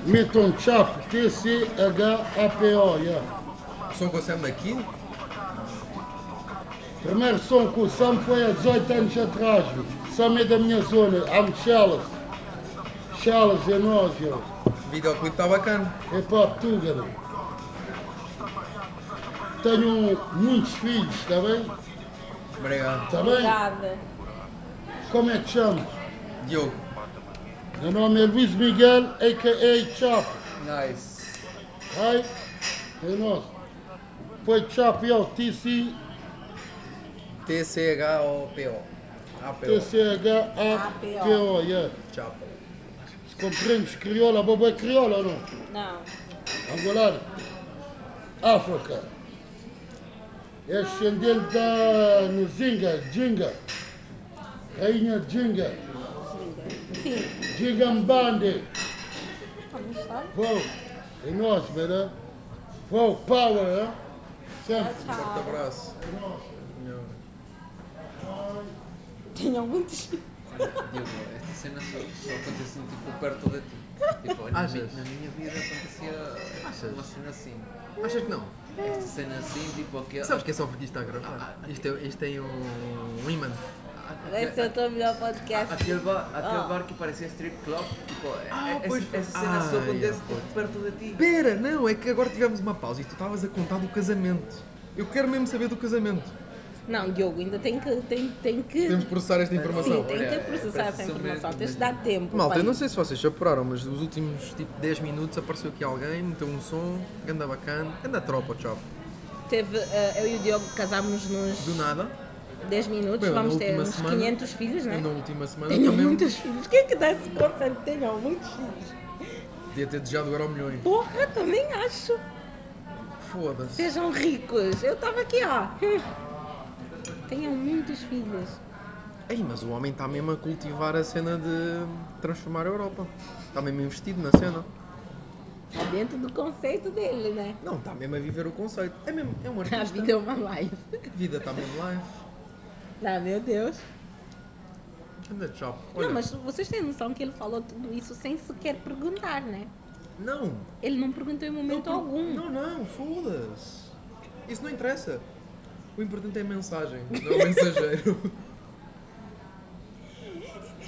Speaker 5: Meton Chap, T-C-H-A-P-O. yeah.
Speaker 1: Som com o Sam daqui?
Speaker 5: Primeiro som que o Sam foi há 18 anos atrás. meu. Sam é da minha zona. I'm Charles. Charles é nós, eu.
Speaker 1: O videoclipe está bacana.
Speaker 5: É para tu, garoto. Tenho muitos filhos, está bem?
Speaker 1: Obrigado.
Speaker 5: Está bem?
Speaker 2: Obrigada.
Speaker 5: Como é que chamas?
Speaker 1: Diogo.
Speaker 5: Meu nome é Luiz Miguel, a.k.a. Chap.
Speaker 3: Nice.
Speaker 5: Ai, é nosso. Foi Chap Po jo, e ao TC,
Speaker 1: T-C-H-O-P-O. A-P-O.
Speaker 5: T-C-H-A-P-O. yeah.
Speaker 1: Tchau.
Speaker 5: Se compreendes crioula, bobo é crioula ou não?
Speaker 2: Não.
Speaker 5: Angolano, África, é ascendente da Nuzinga, Jinga, Rainha Jinga,
Speaker 2: Sim.
Speaker 5: Jinga Mbande,
Speaker 2: Vamos estar?
Speaker 5: Vou, é nós, verdade? Vou, power, hein? Sempre.
Speaker 2: Tchau.
Speaker 1: Abraço.
Speaker 2: Tenham muitos.
Speaker 3: Diogo, esta cena só, só acontece tipo perto de ti. Tipo, na, mi,
Speaker 1: Achas?
Speaker 3: na minha vida acontecia
Speaker 1: Achas?
Speaker 3: uma cena assim.
Speaker 1: Achas que não?
Speaker 3: Esta cena assim, tipo aquela.
Speaker 1: Sabes que é só porque isto está a gravar? Isto, é- isto tem um, um imã.
Speaker 2: Vai ser o teu melhor podcast.
Speaker 3: Aquele bar, aquele
Speaker 2: Ah.
Speaker 3: bar que parecia strip club, tipo,
Speaker 1: Ah,
Speaker 3: é- é-
Speaker 1: pois
Speaker 3: essa,
Speaker 1: foi.
Speaker 3: essa cena só
Speaker 1: Ah,
Speaker 3: acontece
Speaker 1: yeah,
Speaker 3: tipo, perto de ti.
Speaker 1: Pera, não, é que agora tivemos uma pausa e tu estavas a contar do casamento. Eu quero mesmo saber do casamento.
Speaker 2: Não, Diogo, ainda tem que. Tem, tem que.
Speaker 1: Temos que processar esta
Speaker 2: Sim,
Speaker 1: informação.
Speaker 2: tem
Speaker 3: Olha,
Speaker 2: que processar essa
Speaker 3: parece um
Speaker 2: informação.
Speaker 3: médico
Speaker 2: Tens de
Speaker 3: mesmo.
Speaker 2: dar tempo.
Speaker 1: Malta,
Speaker 2: pai.
Speaker 1: eu não sei se vocês se apuraram, mas nos últimos tipo 10 minutos apareceu aqui alguém, meteu um som, ganda bacana, ganda tropa, chop.
Speaker 2: Teve, eh, eu e o Diogo casámos nos
Speaker 1: Do nada,
Speaker 2: 10 minutos,
Speaker 1: Bem,
Speaker 2: vamos
Speaker 1: na
Speaker 2: ter
Speaker 1: última
Speaker 2: uns
Speaker 1: semana-
Speaker 2: 500 filhos, né?
Speaker 1: na última semana
Speaker 2: Tenham
Speaker 1: também
Speaker 2: muitos filhos. Quem é que dá esse conselho? Tenham muitos filhos.
Speaker 1: podia ter desejado um o euro milhões.
Speaker 2: Porra, também acho.
Speaker 1: Foda-se.
Speaker 2: Sejam ricos. Eu estava aqui, ó. [laughs] Tenham muitos filhos.
Speaker 1: Ei, mas o homem está mesmo a cultivar a cena de transformar a Europa. Está mesmo investido na cena.
Speaker 2: É dentro do conceito dele, né?
Speaker 1: Não, está mesmo a viver o conceito. É mesmo, é
Speaker 2: [laughs]
Speaker 1: um
Speaker 2: A
Speaker 1: artista.
Speaker 2: vida é uma live.
Speaker 1: Vida está mesmo live.
Speaker 2: [laughs] Ah, meu Deus.
Speaker 1: Anda, chop. Olha,
Speaker 2: Não, mas vocês têm noção que ele falou tudo isso sem sequer perguntar, né?
Speaker 1: Não,
Speaker 2: Ele não perguntou em momento
Speaker 1: não,
Speaker 2: algum.
Speaker 1: Não, não, foda-se. Isso não interessa. O importante é a mensagem, não é o
Speaker 2: [laughs]
Speaker 1: mensageiro.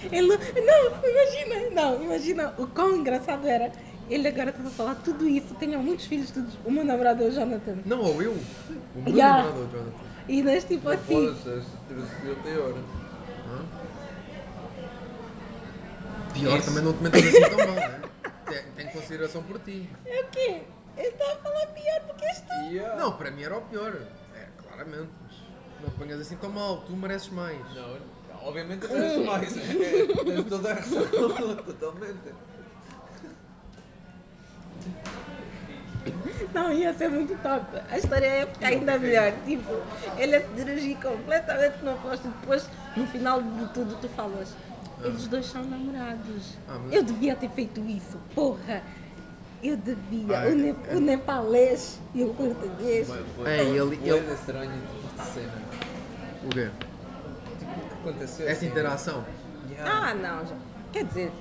Speaker 2: Ele não, não, imagina, não, imagina o quão engraçado era. Ele agora estava a falar tudo isso, tenho muitos filhos, todos. O meu namorado é o Jonathan.
Speaker 1: não, ou eu. O meu
Speaker 2: Yeah.
Speaker 1: namorado, Jonathan.
Speaker 2: E nós tipo assim,
Speaker 1: Pior, também não te metas assim tão
Speaker 2: [laughs]
Speaker 1: mal, né? Tem, tem consideração por ti.
Speaker 2: é o quê? Ele estava a falar pior do que este.
Speaker 3: Yeah.
Speaker 1: Não, para mim era o pior. É, claramente. mas Não te ponhas assim tão mal, tu mereces mais.
Speaker 3: Não,
Speaker 2: [laughs]
Speaker 3: né? obviamente não és mais. Tens toda a razão, totalmente.
Speaker 2: Não, ia ser muito top. A história ia ficar ainda melhor. Tipo, ele ia se dirigir completamente no oposto. Depois, no final de tudo, tu falas. Eles dois são namorados.
Speaker 1: Ah, mas-
Speaker 2: Eu devia ter feito isso, porra. Eu devia.
Speaker 1: Ah,
Speaker 2: o, ne- o nepalês e o português.
Speaker 1: É, ele-
Speaker 3: Coisa
Speaker 1: ele-
Speaker 3: estranha tipo, esta cena.
Speaker 1: O quê?
Speaker 3: O que aconteceu?
Speaker 1: Esta
Speaker 3: assim,
Speaker 1: interação?
Speaker 3: Yeah.
Speaker 2: Ah, não. já- Quer dizer...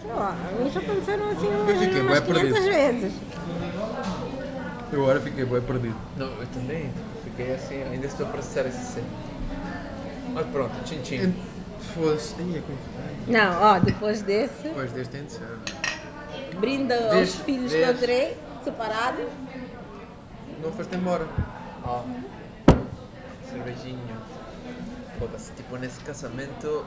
Speaker 2: Sei lá, já aconteceram assim
Speaker 1: Eu fiquei
Speaker 2: umas
Speaker 1: bué perdido.
Speaker 2: 500 vezes.
Speaker 1: Eu agora fiquei bem perdido.
Speaker 3: Não, eu também. tipo, Fiquei assim, ainda estou a processar essa cena. Mas pronto, tchim tchim.
Speaker 1: Se fosse. Ai, é como. ai,
Speaker 2: Não, ó, depois desse,
Speaker 1: Depois deste antes. ah,
Speaker 2: brinda aos
Speaker 1: Desse,
Speaker 2: filhos que
Speaker 1: desse.
Speaker 2: eu terei, separado.
Speaker 1: Não foste embora.
Speaker 3: Ó. Cervejinho. Foda-se, tipo, nesse casamento,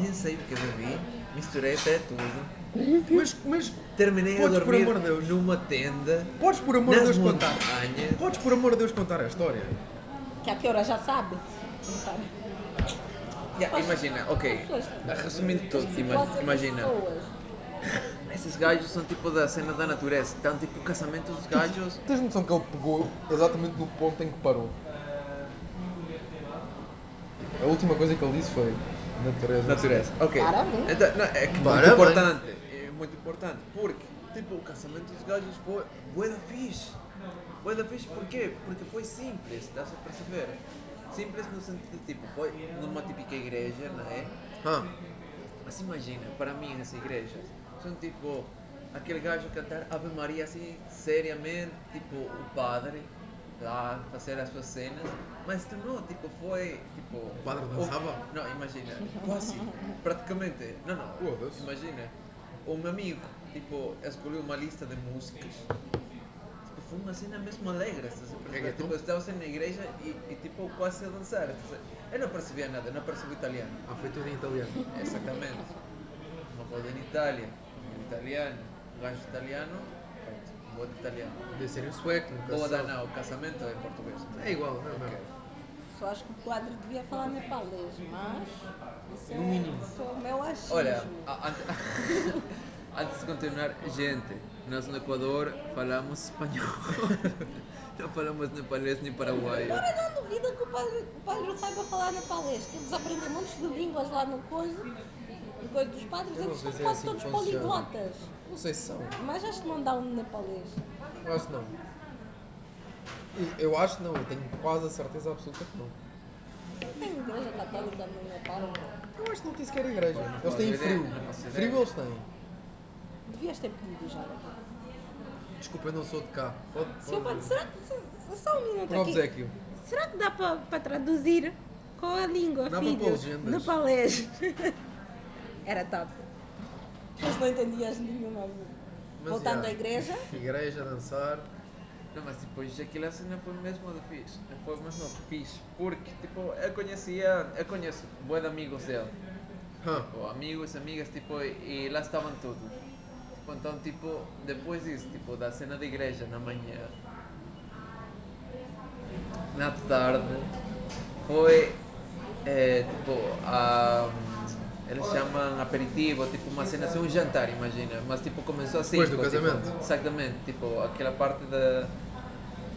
Speaker 3: nem sei o que bebi. Misturei até tudo.
Speaker 1: Mas, mas
Speaker 3: Terminei
Speaker 1: Podes,
Speaker 3: a
Speaker 1: por
Speaker 3: dormir
Speaker 1: amor de Deus.
Speaker 3: numa tenda.
Speaker 1: podes por amor de
Speaker 3: Nas
Speaker 1: Deus contar.
Speaker 3: montanhas.
Speaker 1: Podes por amor de Deus contar a história.
Speaker 2: Que a Kiora já sabe.
Speaker 3: Yeah, imagina, ok. Resumindo tudo, ima-
Speaker 2: Situações
Speaker 3: imagina.
Speaker 2: pessoas.
Speaker 3: Esses gajos são tipo da cena da natureza. Então, tipo, o casamento dos gajos.
Speaker 1: Tens noção que ele pegou exatamente no ponto em que parou? A última coisa que ele disse foi. Natureza.
Speaker 3: Natureza. Ok.
Speaker 2: Parabéns.
Speaker 3: Então, não, é que muito
Speaker 1: Parabéns.
Speaker 3: importante. É muito importante. Porque, tipo, o casamento dos gajos foi bué da fixe. Bué da fixe porquê? Porque foi simples, estás a perceber? Simples no sentido, tipo, foi numa típica igreja, não é?
Speaker 1: Ah,
Speaker 3: Mas imagina, para mim, as igrejas são tipo aquele gajo cantar Ave Maria assim, seriamente, tipo o padre lá fazer as suas cenas, mas tu não, tipo, foi tipo. O
Speaker 1: padre dançava?
Speaker 3: não, imagina, quase, praticamente, não, não,
Speaker 1: Foda-se.
Speaker 3: imagina, o meu amigo, tipo, escolheu uma lista de músicas. Tipo, Foi uma cena mesmo alegre, estás a perceber?
Speaker 1: Reggaeton?
Speaker 3: Tipo, estavas na igreja e, e tipo, quase a dançar. estás a- Eu não percebia nada, não percebi italiano.
Speaker 1: ah, foi tudo em italiano.
Speaker 3: Exatamente. Uma coisa em Itália, em italiano, um gajo italiano, pronto, boa de italiano.
Speaker 1: Deve ser em sueco, nunca se
Speaker 3: Boda
Speaker 1: sabe.
Speaker 3: não, casamento é em português.
Speaker 1: É igual, não é mesmo?
Speaker 2: Só acho que o quadro devia falar nepalês, mas. Isso é,
Speaker 1: No mínimo.
Speaker 2: isso é o meu achismo.
Speaker 3: Olha, a- ante- [laughs] antes de continuar, gente, nós no Equador falamos [laughs] espanhol. Não falamos nepalês nem paraguaio.
Speaker 2: Agora não duvida que o padre, o padre saiba falar nepalês. Temos a aprender montes de línguas lá no coisa. No coisa dos padres,
Speaker 1: Eu não
Speaker 2: eles
Speaker 1: sei
Speaker 2: são
Speaker 1: se é
Speaker 2: quase
Speaker 1: assim
Speaker 2: todos
Speaker 1: que funciona.
Speaker 2: poliglotas.
Speaker 1: Não sei se são.
Speaker 2: Mas acho que não dá um nepalês.
Speaker 1: Eu acho que não. E Eu acho que não, eu tenho quase a certeza absoluta que não.
Speaker 2: Não tem igreja católica no Nepal.
Speaker 1: Eu acho que não tem sequer igreja. Eles
Speaker 3: faço
Speaker 1: têm
Speaker 3: ideia,
Speaker 1: frio.
Speaker 3: não faço
Speaker 1: Frio
Speaker 3: ideia.
Speaker 1: eles têm.
Speaker 2: Devias ter pedido já.
Speaker 1: Desculpa, eu não sou de cá. Pode,
Speaker 2: Senhor padre, será que. se- se- Só um minuto
Speaker 1: Por
Speaker 2: aqui.
Speaker 1: obsequio.
Speaker 2: Será que dá para traduzir com a língua,
Speaker 1: Dá pra pôr
Speaker 2: filho?
Speaker 1: legendas.
Speaker 2: Nepalês. [laughs] Era top. Mas não entendias nenhuma.
Speaker 1: Mas,
Speaker 2: Voltando
Speaker 1: já.
Speaker 2: à igreja,
Speaker 1: Igreja, dançar.
Speaker 3: Não, mas depois aquela cena foi mesmo de fixe. Não foi mesmo fixe. Porque, tipo, eu conhecia, eu conheço bons amigos dele.
Speaker 1: Hã?
Speaker 3: tipo, amigos, amigas, tipo, e e lá estavam todos. Tipo, então, tipo, depois disso, tipo, da cena da igreja na manhã, na tarde, foi, eh, tipo, a, eles chamam aperitivo, tipo, uma cena assim, um jantar, imagina, mas, tipo, começou assim.
Speaker 1: Depois do casamento.
Speaker 3: exatamente, tipo, aquela parte da...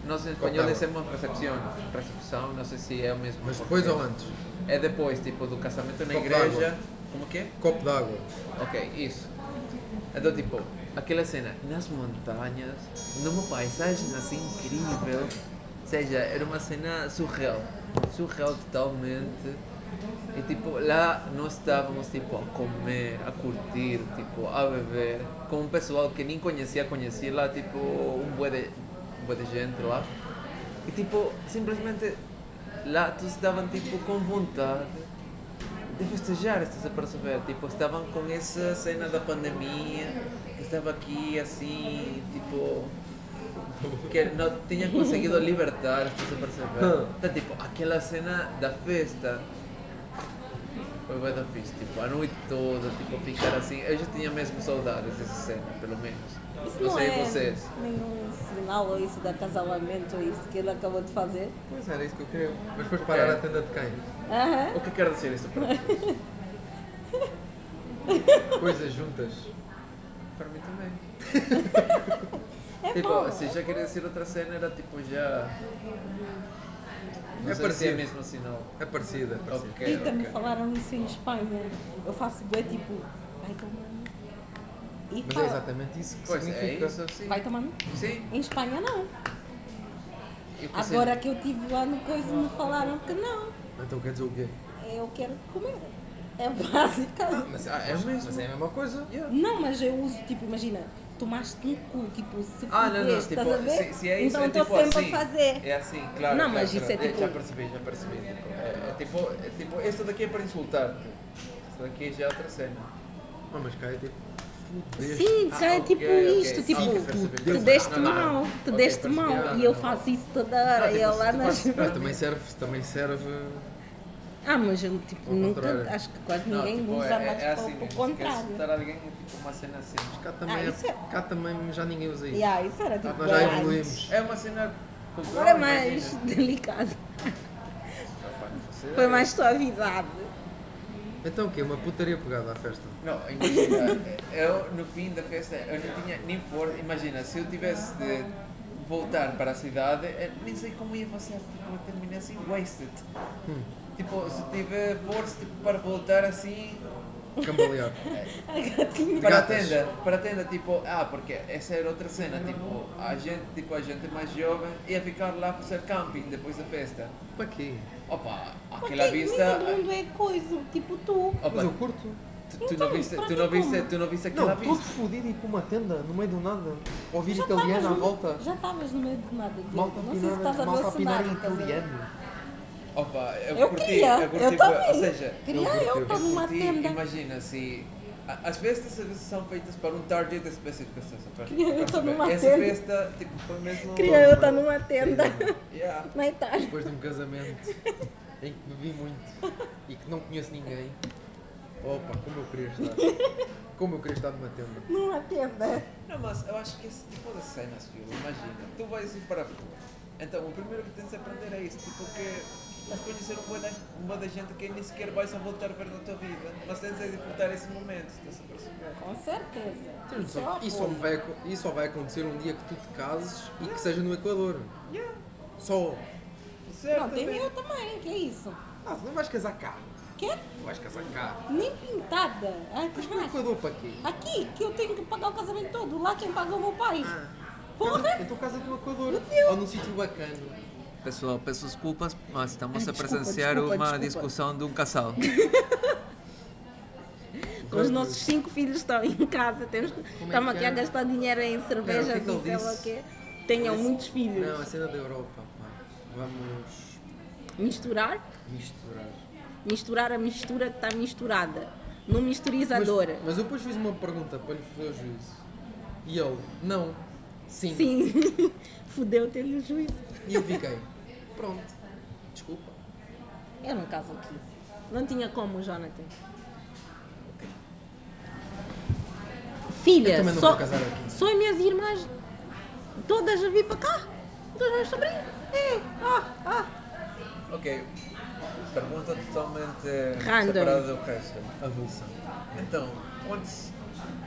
Speaker 3: Nós em espanhol
Speaker 1: Contava.
Speaker 3: dizemos recepção, recepção, não sei se é o mesmo.
Speaker 1: Mas
Speaker 3: em
Speaker 1: depois ou
Speaker 3: português.
Speaker 1: antes?
Speaker 3: É depois, tipo, do casamento na
Speaker 1: Copo
Speaker 3: igreja.
Speaker 1: d'água.
Speaker 3: Como que é?
Speaker 1: Copo d'água.
Speaker 3: Ok, isso. Então, tipo, aquela cena nas montanhas, numa paisagem assim incrível. Ou seja, era uma cena surreal. Surreal totalmente. E, tipo, lá nós estávamos, tipo, a comer, a curtir, tipo, a beber. Com um pessoal que nem conhecia, conhecia lá, tipo, um bué de, um bué de gente lá. E, tipo, simplesmente lá todos estavam, tipo, com vontade de festejar, estás a perceber? Tipo, estavam com essa cena da pandemia, que estava aqui assim, tipo. que não tinham conseguido libertar, estás a perceber? Então, tipo, aquela cena da festa. Foi bué da fixe, tipo, a noite toda, tipo, ficar assim. Eu já tinha mesmo saudades dessa cena, pelo menos.
Speaker 2: isso
Speaker 3: não
Speaker 2: não,
Speaker 3: sei
Speaker 2: é
Speaker 3: vocês.
Speaker 2: nenhum sinal ou isso de acasalamento ou isso que ele acabou de fazer.
Speaker 1: Pois era isso que eu queria. Mas depois parar
Speaker 3: Ok.
Speaker 1: a tenda de quem?
Speaker 2: Aham.
Speaker 3: O que quer dizer isso para ti?
Speaker 1: Coisas juntas.
Speaker 3: Para mim também.
Speaker 2: É bom.
Speaker 1: assim,
Speaker 3: Tipo, se já queria dizer outra cena, era tipo já. Não
Speaker 1: É
Speaker 3: é sei se é
Speaker 1: parecido.
Speaker 3: mesmo assim, não.
Speaker 1: É parecido, é parecido.
Speaker 3: Ok,
Speaker 2: Eita, me
Speaker 3: ok.
Speaker 2: falaram isso em Espanha. Eu faço bué tipo. Vai tomar no. E
Speaker 1: Mas é
Speaker 2: fala,
Speaker 1: exatamente isso que
Speaker 3: Pois é,
Speaker 1: significa.
Speaker 3: isso sim.
Speaker 2: Vai tomar no.
Speaker 3: Sim.
Speaker 2: Em Espanha não.
Speaker 3: eu percebo.
Speaker 2: Agora que eu estive lá no coisa me falaram que não.
Speaker 1: Então quer dizer o quê?
Speaker 2: Eu quero comer. É básico.
Speaker 1: Mas, ah, é o mesmo. Mas é a mesma coisa.
Speaker 3: Yeah.
Speaker 2: Não, mas eu uso, tipo, imagina, tomaste um cu, tipo, se
Speaker 3: Ah, não, não,
Speaker 2: fudeste, estás a
Speaker 3: tipo, se,
Speaker 2: ver?
Speaker 3: se é isso,
Speaker 2: então
Speaker 3: é
Speaker 2: estou
Speaker 3: tipo
Speaker 2: sempre
Speaker 3: assim.
Speaker 2: a fazer.
Speaker 3: É assim, claro.
Speaker 2: Não,
Speaker 3: claro,
Speaker 2: mas isso é
Speaker 3: claro. Já
Speaker 2: tipo-
Speaker 3: percebi, já percebi. Tipo, é, é tipo, é tipo, esta daqui é para insultar-te. Esta daqui já é outra cena.
Speaker 1: Oh, mas cá é tipo. fudeste.
Speaker 2: Sim, já é
Speaker 3: ok,
Speaker 2: tipo
Speaker 3: Ah, ok.
Speaker 2: isto,
Speaker 3: Sim,
Speaker 2: tipo,
Speaker 3: percebi,
Speaker 2: tu
Speaker 3: percebi. Não,
Speaker 2: deste
Speaker 3: não,
Speaker 2: mal,
Speaker 3: não.
Speaker 2: tu
Speaker 3: Ok,
Speaker 2: deste
Speaker 3: percebi.
Speaker 2: mal,
Speaker 3: Não,
Speaker 2: e eu
Speaker 3: não,
Speaker 2: faço isso toda hora,
Speaker 3: tipo,
Speaker 2: e eu
Speaker 3: se
Speaker 2: lá
Speaker 3: tu [laughs]
Speaker 2: nas...
Speaker 3: fazes-
Speaker 1: Mas Ah, também serve. Também serve.
Speaker 2: Ah, mas eu, tipo,
Speaker 1: Ao
Speaker 2: nunca,
Speaker 1: contrário.
Speaker 2: acho que quase
Speaker 3: Não,
Speaker 2: ninguém
Speaker 3: tipo,
Speaker 2: usa
Speaker 3: é,
Speaker 2: mais
Speaker 3: é
Speaker 2: para
Speaker 3: assim
Speaker 2: o
Speaker 3: mesmo. Se queres
Speaker 2: contrário.
Speaker 3: insultar alguém, é tipo uma cena assim.
Speaker 1: Cá também,
Speaker 2: Ah,
Speaker 1: é-
Speaker 2: isso é-
Speaker 1: cá também já ninguém usa isso.
Speaker 2: E aí, isso era tipo,
Speaker 1: Nós já
Speaker 2: antes.
Speaker 1: evoluímos.
Speaker 3: É uma cena cultural.
Speaker 2: Agora é mais [laughs]
Speaker 3: imagina.
Speaker 2: delicado,
Speaker 3: Opa, não faço
Speaker 2: foi
Speaker 3: ideia.
Speaker 2: mais suavidade.
Speaker 1: Então o quê? Uma putaria pegada à festa.
Speaker 3: Não, imagina, eu no fim da festa eu não tinha nem força. Imagina, se eu tivesse de voltar para a cidade, eu nem sei como ia fazer. Tipo, eu terminei assim, wasted.
Speaker 1: Hum.
Speaker 3: Tipo, se tiver força tipo, para voltar assim, [laughs]
Speaker 1: Cambalear.
Speaker 2: A gatinha.
Speaker 3: para a
Speaker 1: Gatas.
Speaker 3: tenda, para a tenda, tipo, ah, porque essa era outra cena, tipo, a gente, tipo, a gente mais jovem ia ficar lá a fazer camping depois da festa.
Speaker 1: Para quê?
Speaker 3: Opa, aquela
Speaker 2: Porque
Speaker 3: vista.
Speaker 2: todo mundo é coisa, tipo tu.
Speaker 1: Mas
Speaker 3: Opa,
Speaker 1: eu curto.
Speaker 3: tu, tu
Speaker 2: Então,
Speaker 3: não viste,
Speaker 2: pra
Speaker 3: tu
Speaker 2: que
Speaker 3: não viste,
Speaker 2: como?
Speaker 3: tu não viste aquela
Speaker 1: Não, todo
Speaker 3: vista.
Speaker 1: fodido e para uma tenda, no meio do nada. Ouvir
Speaker 2: Já
Speaker 1: italiano à
Speaker 2: estavas no-
Speaker 1: volta.
Speaker 2: Já estavas no meio do nada. Guilherme.
Speaker 1: Malta a
Speaker 2: não sei se estás a
Speaker 1: pinar-
Speaker 2: ver
Speaker 1: malta
Speaker 2: o
Speaker 1: a pinar em é.
Speaker 2: cenário. estás a ver?
Speaker 1: italiano.
Speaker 3: Opa, eu,
Speaker 2: Eu
Speaker 3: curti,
Speaker 2: queria,
Speaker 3: eu curti,
Speaker 2: eu também.
Speaker 3: ou seja,
Speaker 2: queria eu estar numa
Speaker 3: curti,
Speaker 2: tenda.
Speaker 3: imagina se a- as festas às vezes são feitas para um target específico. estás Tá a ver?
Speaker 2: Queria eu estar numa
Speaker 3: Essa
Speaker 2: tenda.
Speaker 3: festa, tipo, foi mesmo.
Speaker 2: Queria eu estar numa tenda
Speaker 3: Yeah.
Speaker 2: na Itália.
Speaker 1: Depois de um casamento em que bebi muito e que não conheço ninguém. Opa, como eu queria estar. Como eu queria estar numa tenda.
Speaker 2: Numa tenda.
Speaker 3: Não, mas eu acho que esse tipo de cenas, filho, imagina, tu vais ir para fora. Então, o primeiro que tens de aprender é isso, tipo que vais conhecer uma da, uma da gente que nem sequer vais a voltar a ver na tua vida, mas tens de disfrutar esse momento, estás a perceber?
Speaker 2: Com certeza.
Speaker 1: Isso só- Isso
Speaker 3: é um
Speaker 1: só, vai, acon- isso só vai acontecer um dia que tu te cases e que seja no Equador.
Speaker 3: Yeah,
Speaker 1: Só.
Speaker 3: certo?
Speaker 2: Não, tem
Speaker 3: bem.
Speaker 2: eu também, que é isso?
Speaker 1: Ah, tu não vais casar cá.
Speaker 2: Quê?
Speaker 1: Não vais casar cá.
Speaker 2: Nem pintada. Ai, que
Speaker 1: Mas para o
Speaker 2: mais?
Speaker 1: Equador para quê?
Speaker 2: Aqui, que eu tenho que pagar o casamento todo. Lá quem pagou o meu pai.
Speaker 3: Ah.
Speaker 2: Porra!
Speaker 1: Então casa de uma coadora. Ou num sítio bacana.
Speaker 3: Pessoal, peço desculpas, mas estamos
Speaker 2: Ah, a desculpa, presenciar desculpa, uma desculpa. discussão
Speaker 3: de um casal.
Speaker 2: Os nossos cinco filhos estão em casa. Temos, que- estamos
Speaker 1: que
Speaker 2: aqui a
Speaker 1: é?
Speaker 2: gastar dinheiro em cervejas
Speaker 1: Era o que
Speaker 2: e
Speaker 1: ele
Speaker 2: sei lá o
Speaker 1: disse.
Speaker 2: quê. Tenham muitos filhos.
Speaker 1: Não, a cena da Europa, pá. Vamos
Speaker 2: Misturar?
Speaker 1: misturar.
Speaker 2: Misturar a mistura que está misturada. No
Speaker 1: Mas,
Speaker 2: misturizador.
Speaker 1: mas eu depois fiz uma pergunta para lhe fazer o juízo. E ele, não. Sim.
Speaker 2: Sim. [laughs] Fudeu ter-lhe o juízo.
Speaker 1: E eu fiquei, pronto. Desculpa.
Speaker 2: Eu não um caso aqui. Não tinha como, Jonathan.
Speaker 1: Eu
Speaker 2: Filha,
Speaker 1: também não
Speaker 2: só,
Speaker 1: vou casar aqui.
Speaker 2: só as minhas irmãs todas a vir para cá. Então Dos meus sobrinhos. É, ah, ah.
Speaker 3: ok, pergunta totalmente
Speaker 2: Random.
Speaker 3: separada do resto.
Speaker 1: Avulsa.
Speaker 3: Então, quantos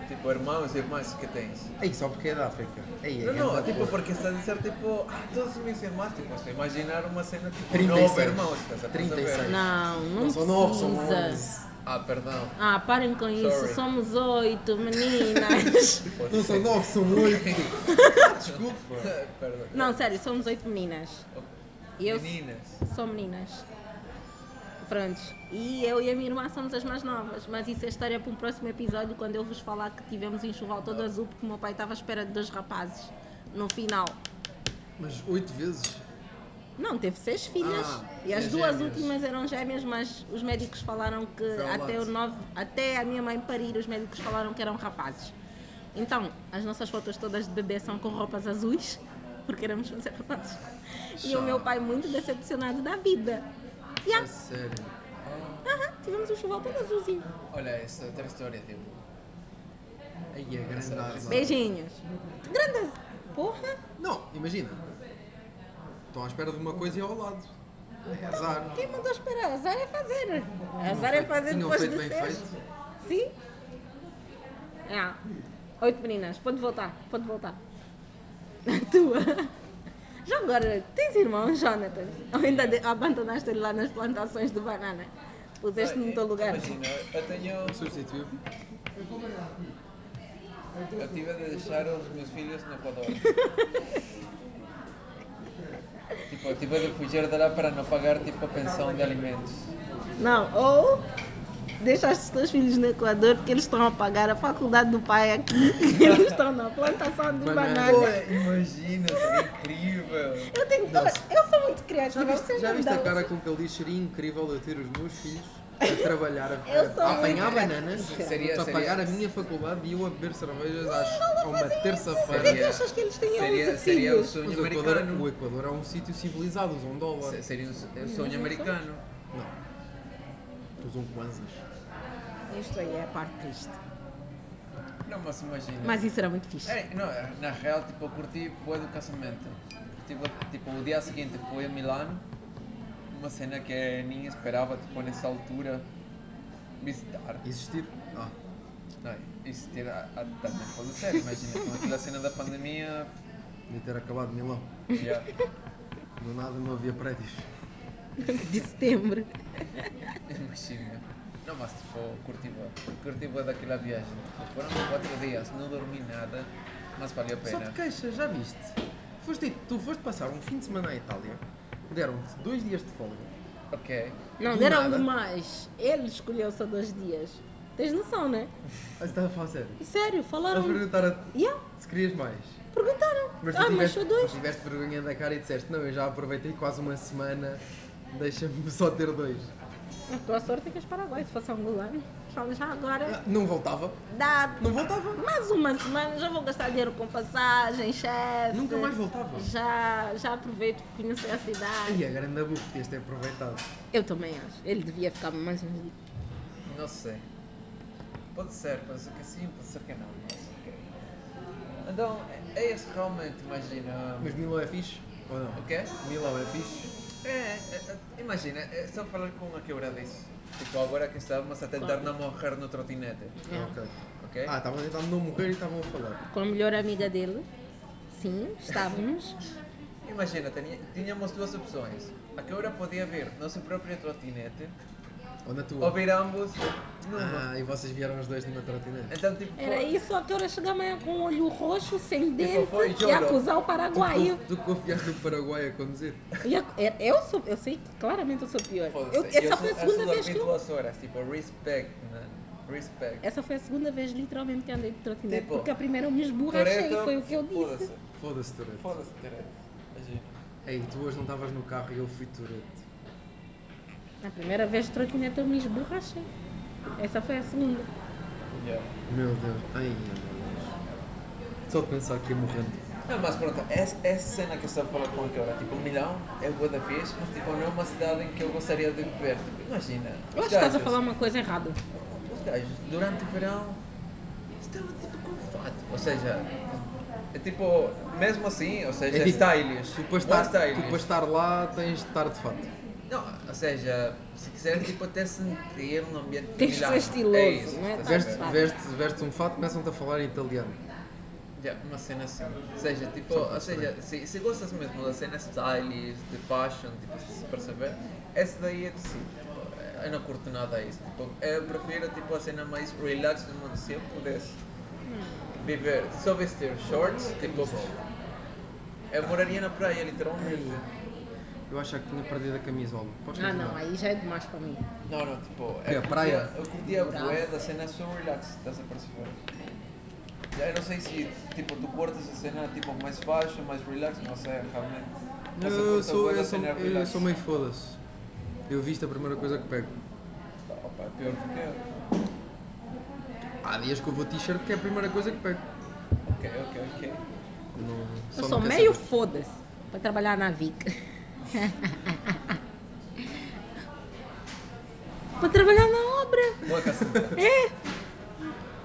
Speaker 3: tipo, irmãos e irmãs que tens?
Speaker 1: Ei, só porque é da África. Ei, é
Speaker 3: Não, não,
Speaker 1: grande
Speaker 3: tipo,
Speaker 1: porra.
Speaker 3: porque está a dizer, tipo, ah, todos meus irmãos, tipo, se imaginar uma cena, tipo,
Speaker 1: 36.
Speaker 3: nove irmãos, estás a perceber?
Speaker 1: 36.
Speaker 2: Não, não,
Speaker 1: Não são nove, são
Speaker 2: precisa.
Speaker 1: onze.
Speaker 3: Ah, perdão.
Speaker 2: Ah, parem com isso.
Speaker 3: Sorry.
Speaker 2: Somos oito, meninas.
Speaker 3: [laughs] Tipo,
Speaker 1: Não são
Speaker 3: assim,
Speaker 1: nove, são [laughs] oito.
Speaker 3: Desculpa. [laughs] perdão.
Speaker 2: não, sério, somos oito meninas. E eu
Speaker 3: Meninas.
Speaker 2: sou meninas. Prontos. E eu e a minha irmã somos as mais novas. Mas isso é história para um próximo episódio, quando eu vos falar que tivemos um enxoval todo azul porque o meu pai estava à espera de dois rapazes. No final.
Speaker 1: Mas oito vezes?
Speaker 2: Não, teve seis filhas.
Speaker 1: Ah,
Speaker 2: e as
Speaker 1: é
Speaker 2: duas
Speaker 1: gêmeas.
Speaker 2: últimas eram gêmeas, mas os médicos falaram que
Speaker 1: Foi um ao
Speaker 2: até, o
Speaker 1: lado.
Speaker 2: nove, até a minha mãe parir, os médicos falaram que eram rapazes. Então, as nossas fotos todas de bebê são com roupas azuis, porque éramos fazer rapazes. E o meu pai muito decepcionado da vida.
Speaker 1: É
Speaker 2: Yeah.
Speaker 1: sério.
Speaker 2: Aham, tivemos um chuval todo azulzinho.
Speaker 3: Olha, essa outra história, tipo.
Speaker 1: Aí é grande azar.
Speaker 2: Beijinhos. Grandes. Porra.
Speaker 1: Não, imagina. Estão à espera de uma coisa e ao lado. É azar.
Speaker 2: Quem mandou esperar? Azar é fazer. Azar é
Speaker 1: feito-
Speaker 2: fazer
Speaker 1: tinham
Speaker 2: depois
Speaker 1: feito
Speaker 2: de
Speaker 1: bem
Speaker 2: seres. Sim? É. Oito meninas, pode voltar, pode voltar. A tua. Já agora, tens irmão, Jonathan? Ou ainda de- abandonaste ele lá nas plantações de banana? Puseste no teu lugar?
Speaker 3: Imagina, eu tenho. um
Speaker 1: Substituiu.
Speaker 3: Eu tive de deixar os meus filhos no
Speaker 2: [laughs]
Speaker 3: Equador. tipo, eu tive de fugir de lá para não pagar tipo, a pensão de alimentos.
Speaker 2: Não, ou deixaste os teus filhos no Equador porque eles estão a pagar a faculdade do pai aqui [laughs] e eles estão na plantação de
Speaker 1: Banana.
Speaker 2: banana.
Speaker 3: Pô, imagina, seria incrível.
Speaker 2: Eu tenho dor, eu sou muito criativa. é
Speaker 1: Já viste,
Speaker 2: vocês
Speaker 1: já
Speaker 2: não assim.
Speaker 1: viste a
Speaker 2: dão.
Speaker 1: cara com que ele diz seria incrível eu ter os meus filhos
Speaker 2: [laughs]
Speaker 1: a trabalhar, a,
Speaker 2: Eu sou
Speaker 1: a apanhar
Speaker 2: muito
Speaker 1: bananas,
Speaker 2: crítica.
Speaker 3: Seria-
Speaker 1: para
Speaker 3: seria-
Speaker 1: pagar a minha faculdade e eu a beber cervejas às, a uma
Speaker 2: Por que é
Speaker 1: terça-feira.
Speaker 2: que achas que eles têm
Speaker 3: Seria-
Speaker 2: 11
Speaker 3: seria
Speaker 2: filhos?
Speaker 3: o sonho
Speaker 1: Mas o Equador,
Speaker 3: americano.
Speaker 1: o Equador é um sítio civilizado, usa um dólar.
Speaker 3: Se- Seria um se- um sonho americano.
Speaker 1: Não. Usam kwanzas.
Speaker 2: Isto aí é a parte triste.
Speaker 3: Não, mas imagina.
Speaker 2: Mas isso era muito [laughs] fixe.
Speaker 3: É, não, na real, tipo, eu curti bué do casamento. Tipo, tipo, o dia seguinte fui a Milano, uma cena que nem esperava, tipo, nessa altura, visitar.
Speaker 1: Existir? Ah.
Speaker 3: Não, isso tira a, a, também pode ser, imagina, com aquela cena da pandemia,
Speaker 1: Devia ter acabado em Milão.
Speaker 3: já,
Speaker 1: Do nada não havia prédios.
Speaker 2: De setembro.
Speaker 3: imagina. Não, mas tipo, curti bué, curti bué daquela viagem. Tipo, Foram quatro dias, não dormi nada, mas valeu a
Speaker 1: Só te
Speaker 3: pena.
Speaker 1: queixas, já viste? Foste, tu foste passar um fim de semana à Itália, deram-te dois dias de folga.
Speaker 3: Ok.
Speaker 2: Não,
Speaker 1: Do
Speaker 2: deram
Speaker 1: nada.
Speaker 2: demais. Ele escolheu só dois dias. Tens noção, né?
Speaker 1: Ah, estava a falar sério.
Speaker 2: Sério,
Speaker 1: Eles
Speaker 2: falaram.
Speaker 1: perguntaram
Speaker 2: Yeah,
Speaker 1: se querias mais.
Speaker 2: perguntaram.
Speaker 1: Mas tu
Speaker 2: ah, mas
Speaker 1: tiveste,
Speaker 2: só dois.
Speaker 1: tu tiveste vergonha da cara e disseste, não, eu já aproveitei quase uma semana, deixa-me só ter dois.
Speaker 2: Ah. A tua sorte é que és Paraguai. Se fosse angolano, só já agora.
Speaker 1: Ah, Não voltava.
Speaker 2: Dá.
Speaker 1: Não voltava.
Speaker 2: Mais uma semana, já vou gastar dinheiro com passagem, chefe.
Speaker 1: Nunca mais voltava.
Speaker 2: Já, já aproveito para conhecer a cidade.
Speaker 1: Ai, é. a grande burro, podias ter aproveitado.
Speaker 2: Eu também acho. Ele devia ficar mais uns dias.
Speaker 3: Não sei. Pode ser, pode ser que sim, pode ser que não, mas ok. Então, é- é isso realmente, imagina.
Speaker 1: Mas Milão é fixe? Ou não?
Speaker 3: O quê?
Speaker 1: Milão é fixe?
Speaker 3: É, é, é, imagina, é só falar com uma quebradiça. Tipo, agora que estávamos a tentar não morrer no trotinete,
Speaker 2: É.
Speaker 1: Ok.
Speaker 3: ok?
Speaker 1: Ah, estavam a tentar não morrer e estavam a falar.
Speaker 2: Com a melhor amiga dele. Sim, estávamos.
Speaker 3: Imagina, teni- tínhamos duas opções. A quebra podia vir no seu próprio trotinete,
Speaker 1: Ou na tua.
Speaker 3: ou vir ambos numa.
Speaker 1: Ah, e vocês vieram os dois numa
Speaker 2: É.
Speaker 1: trotinete.
Speaker 3: Então, tipo,
Speaker 2: Era isso, a que hora chegar amanhã com o olho roxo, sem dente,
Speaker 3: Então foi,
Speaker 2: e
Speaker 3: juro.
Speaker 2: acusar o paraguaio.
Speaker 1: Tu, tu confiaste no Paraguai a conduzir?
Speaker 2: E ac- é- Eu, sou, eu sei que claramente eu sou pior.
Speaker 3: então foda-se.
Speaker 2: Eu- essa
Speaker 3: Eu
Speaker 2: foi a
Speaker 3: só- eu só
Speaker 2: segunda vez que
Speaker 3: dormi
Speaker 2: eu.
Speaker 3: duas horas, tipo, respect, né? Respect.
Speaker 2: Essa foi a segunda vez, literalmente, que andei de trotinete.
Speaker 3: Tipo,
Speaker 2: porque a primeira eu me esborrachei,
Speaker 3: Toretto,
Speaker 2: foi o que eu disse.
Speaker 3: foda-se.
Speaker 1: Foda-se, Tourette.
Speaker 3: Foda-se, Toretto. Imagina.
Speaker 1: Ei, tu hoje não estavas no carro e eu fui Tourette.
Speaker 2: Na primeira vez de trotinete eu me esborrachei. Essa foi a segunda.
Speaker 1: Meu Deus. Ai, meu Deus. Só de pensar que ia morrendo.
Speaker 3: Não, mas pronto, essa, essa cena que eu estou a falar com agora, tipo, Milão é boa da fixe, mas tipo, não é uma cidade em que eu gostaria de viver. Tipo, imagina.
Speaker 2: Eu acho que estás a falar uma coisa errada.
Speaker 3: Os gajos, durante o verão, estavam tipo com fato. Ou seja, é tipo, mesmo assim, ou seja,
Speaker 1: É
Speaker 3: é
Speaker 1: tipo,
Speaker 3: stylish.
Speaker 1: Tu para
Speaker 3: bué
Speaker 1: estar, tu
Speaker 3: stylish.
Speaker 1: para estar lá tens de estar de fato.
Speaker 3: Não, ou seja, se quiseres, tipo, até sentir no ambiente de
Speaker 2: Tens de ser
Speaker 3: Milão.
Speaker 2: estiloso,
Speaker 3: é isso,
Speaker 2: não é?
Speaker 3: estás a
Speaker 1: Veste,
Speaker 3: ver?
Speaker 2: fato.
Speaker 1: veste, vestes um fato começam-te a falar em italiano.
Speaker 3: Já, uma cena assim. Ou seja, tipo, ou seja, se, se gostas mesmo da cena stylish, de fashion, tipo, se perceber, essa daí é de si. Tipo, eu não curto nada isso. Tipo, eu prefiro tipo, a cena mais relax do mundo. Se eu pudesse viver só vestir shorts, tipo, eu moraria na praia, literalmente.
Speaker 1: Eu acho que tinha perdido a camisola. Podes
Speaker 2: Ah,
Speaker 1: continuar?
Speaker 2: não, aí já é demais para mim.
Speaker 3: Não, não, tipo,
Speaker 1: Que, a
Speaker 3: eu
Speaker 1: praia?
Speaker 3: curtia, eu curtia a bué da cena só relax, estás a perceber? Já, eu não sei se, tipo, tu cortas a cena, tipo, mais fashion, mais relax, mas é realmente... mas
Speaker 1: Eu
Speaker 3: curto
Speaker 1: sou,
Speaker 3: bué da
Speaker 1: eu sou,
Speaker 3: cena
Speaker 1: eu
Speaker 3: relax.
Speaker 1: sou meio foda-se. Eu visto a primeira coisa que pego.
Speaker 3: Opa, é pior do que eu.
Speaker 1: Há dias que eu vou t-shirt que é a primeira coisa que pego.
Speaker 3: Ok, ok, ok.
Speaker 1: Não-
Speaker 2: Eu
Speaker 1: só
Speaker 2: sou
Speaker 1: não quero
Speaker 2: meio
Speaker 1: saber.
Speaker 2: foda-se para trabalhar na VIC. [laughs] para trabalhar na obra.
Speaker 3: Boa caçamba.
Speaker 2: É.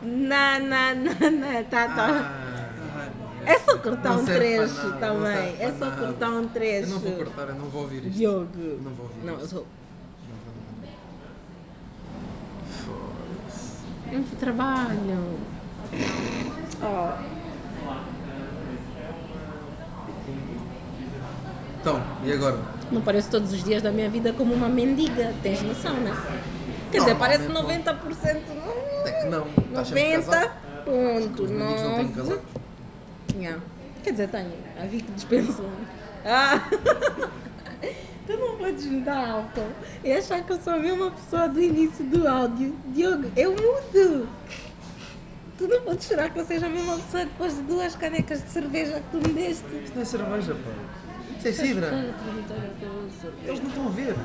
Speaker 2: Na, na, na, na, tá, tá.
Speaker 1: Ah,
Speaker 2: é só cortar
Speaker 1: não
Speaker 2: um
Speaker 1: serve para
Speaker 2: trecho
Speaker 1: nada, não serve
Speaker 2: também.
Speaker 1: para
Speaker 2: É só
Speaker 1: nada.
Speaker 2: cortar um
Speaker 1: eu
Speaker 2: trecho.
Speaker 1: não vou cortar, eu não vou ouvir isto.
Speaker 2: Diogo.
Speaker 1: Não vou ouvir
Speaker 2: Não, eu
Speaker 1: isto.
Speaker 2: sou.
Speaker 1: Não vou, não vou.
Speaker 2: Eu trabalho. Oh.
Speaker 1: Então, e agora?
Speaker 2: Não pareço todos os dias da minha vida como uma mendiga, tens noção, né? Quer dizer, parece 90%.
Speaker 1: Até que não. Estás Tá sempre casado. Os mendigos não têm
Speaker 2: 90.9.
Speaker 1: casados.
Speaker 2: Yeah. Quer dizer, tenho. A vi que dispenso. Ah! [laughs] tu não podes me dar álcool e achar que eu sou a mesma pessoa do início do áudio. Diogo, eu mudo! Tu não podes esperar que eu seja a mesma pessoa depois de duas canecas de cerveja que tu me deste.
Speaker 1: Isto não é cerveja, pá. Isto é sidra. Eles não estão a ver.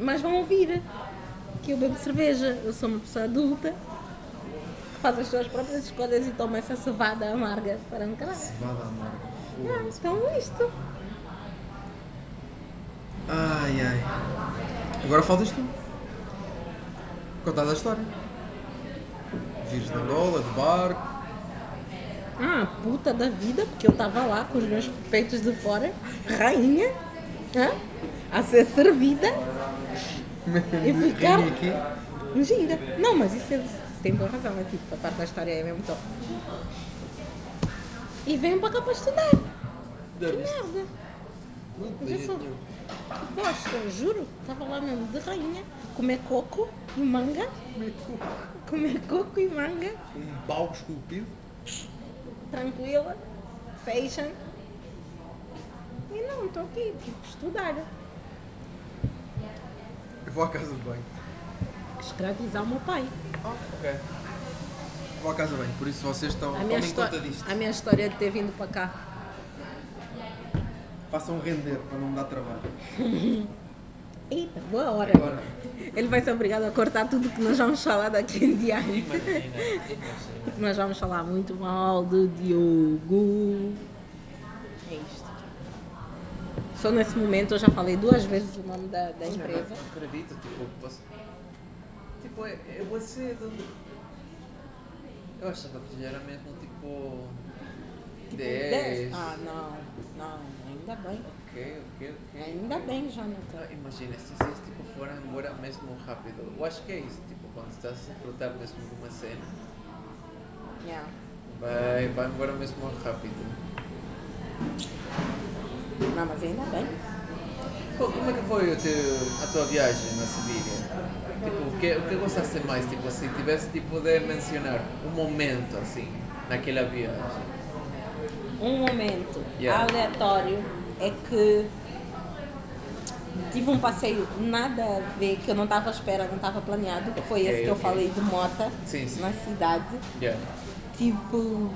Speaker 2: Mas vão ouvir que eu bebo cerveja. Eu sou uma pessoa adulta que faz as suas próprias escolhas e toma essa cevada amarga para me calar.
Speaker 1: Vá lá, Marco.
Speaker 2: Ah, então é isto.
Speaker 1: Ai, ai. Agora faltas tu. Contar a história. Vires de Angola, de barco.
Speaker 2: Ah, puta da vida, porque eu tava lá com os meus peitos de fora, rainha, hã? a ser servida e ficar.
Speaker 1: Rainha aqui.
Speaker 2: Gira. Não, mas isso é, tem boa razão, é tipo, a parte da história é mesmo top. E venho pra cá pra estudar. Que merda. Mas eu sou. Gosto, juro. Tava lá mesmo de rainha, comer coco e manga. Comer coco e manga.
Speaker 1: Um pau esculpido.
Speaker 2: tranquila, fashion. E não, estou aqui, tipo, tive que estudar.
Speaker 1: Eu vou à casa de banho.
Speaker 2: Escravizar o meu pai.
Speaker 3: Ok.
Speaker 1: Vou à casa de banho. Por isso vocês estão.
Speaker 2: A minha,
Speaker 1: Tomem
Speaker 2: histó-
Speaker 1: conta disto.
Speaker 2: a minha história é de ter vindo para cá.
Speaker 1: Façam render para não me dar trabalho.
Speaker 2: Eita, boa hora.
Speaker 1: Agora.
Speaker 2: Ele vai ser obrigado a cortar tudo que nós vamos falar daqui em diante. Porque nós vamos falar muito mal do Diogo. É isto. Só nesse momento eu já falei duas vezes o nome da, da empresa.
Speaker 3: Não acredito, tipo, você... Tipo, é, é você... do- Eu achava que já era mesmo, tipo... 10.
Speaker 2: Ah, não, não, ainda bem.
Speaker 3: Ok, ok, ok.
Speaker 2: É, Ainda bem, Jonathan.
Speaker 3: Não, imagina, se vocês tipo, foram agora mesmo rápido. Eu acho que é isso, tipo, quando estás a desfrutar mesmo de uma cena,
Speaker 2: Yeah.
Speaker 3: vai, vai embora mesmo rápido.
Speaker 2: Não, mas ainda bem.
Speaker 3: Co- Como é que foi o teu- a tua viagem na Sibíria? Tipo, o que, o que gostaste mais? Tipo, se tivesse tipo de mencionar um momento assim, naquela viagem.
Speaker 2: Um momento
Speaker 3: Yeah.
Speaker 2: aleatório é que tive um passeio nada a ver, que eu não estava à espera, não estava planeado. que Foi
Speaker 3: Ok,
Speaker 2: esse que eu
Speaker 3: ok.
Speaker 2: falei de mota
Speaker 3: Sim, sim.
Speaker 2: na cidade.
Speaker 3: Yeah.
Speaker 2: Tipo,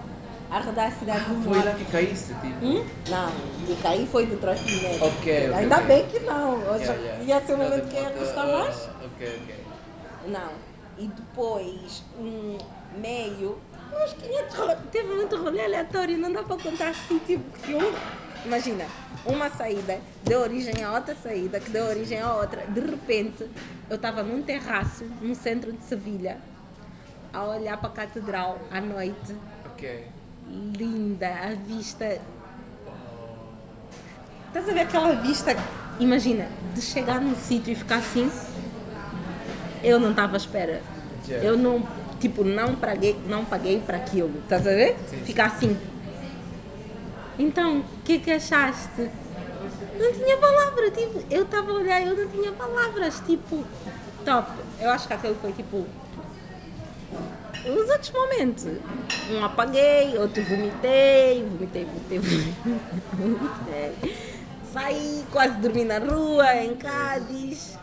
Speaker 2: arredar a cidade de
Speaker 3: Foi lá
Speaker 2: mota.
Speaker 3: que caíste, tipo.
Speaker 2: Hum? Não, de cair foi do trote de neve.
Speaker 3: Ok, ok,
Speaker 2: Ainda
Speaker 3: ok.
Speaker 2: bem que não. Hoje
Speaker 3: Yeah, yeah.
Speaker 2: ia ser o
Speaker 3: Não, de
Speaker 2: momento que ia
Speaker 3: moto,
Speaker 2: custar
Speaker 3: ah,
Speaker 2: mais.
Speaker 3: Ok, ok.
Speaker 2: Não. E depois, um meio. Uns 500 rolê. Teve muito rolê aleatório, não dá para contar assim, tipo, que um. Imagina, uma saída deu origem a outra saída, que deu origem a outra. De repente, eu estava num terraço, no centro de Sevilha, a olhar para a catedral à noite.
Speaker 3: Ok.
Speaker 2: Linda a vista. Estás a ver aquela vista? Imagina, de chegar num sítio e ficar assim. Eu não estava à espera.
Speaker 3: Yeah.
Speaker 2: Eu não, tipo, não paguei, não paguei para aquilo. Estás a ver?
Speaker 3: Sim, sim.
Speaker 2: Ficar assim. Então, o que que achaste? Não tinha palavra, tipo, eu estava a olhar, eu não tinha palavras, tipo, top. Eu acho que aquele foi tipo os outros momentos. Um apaguei, outro vomitei, vomitei, vomitei, vomitei. Saí, quase dormi na rua, em Cádiz.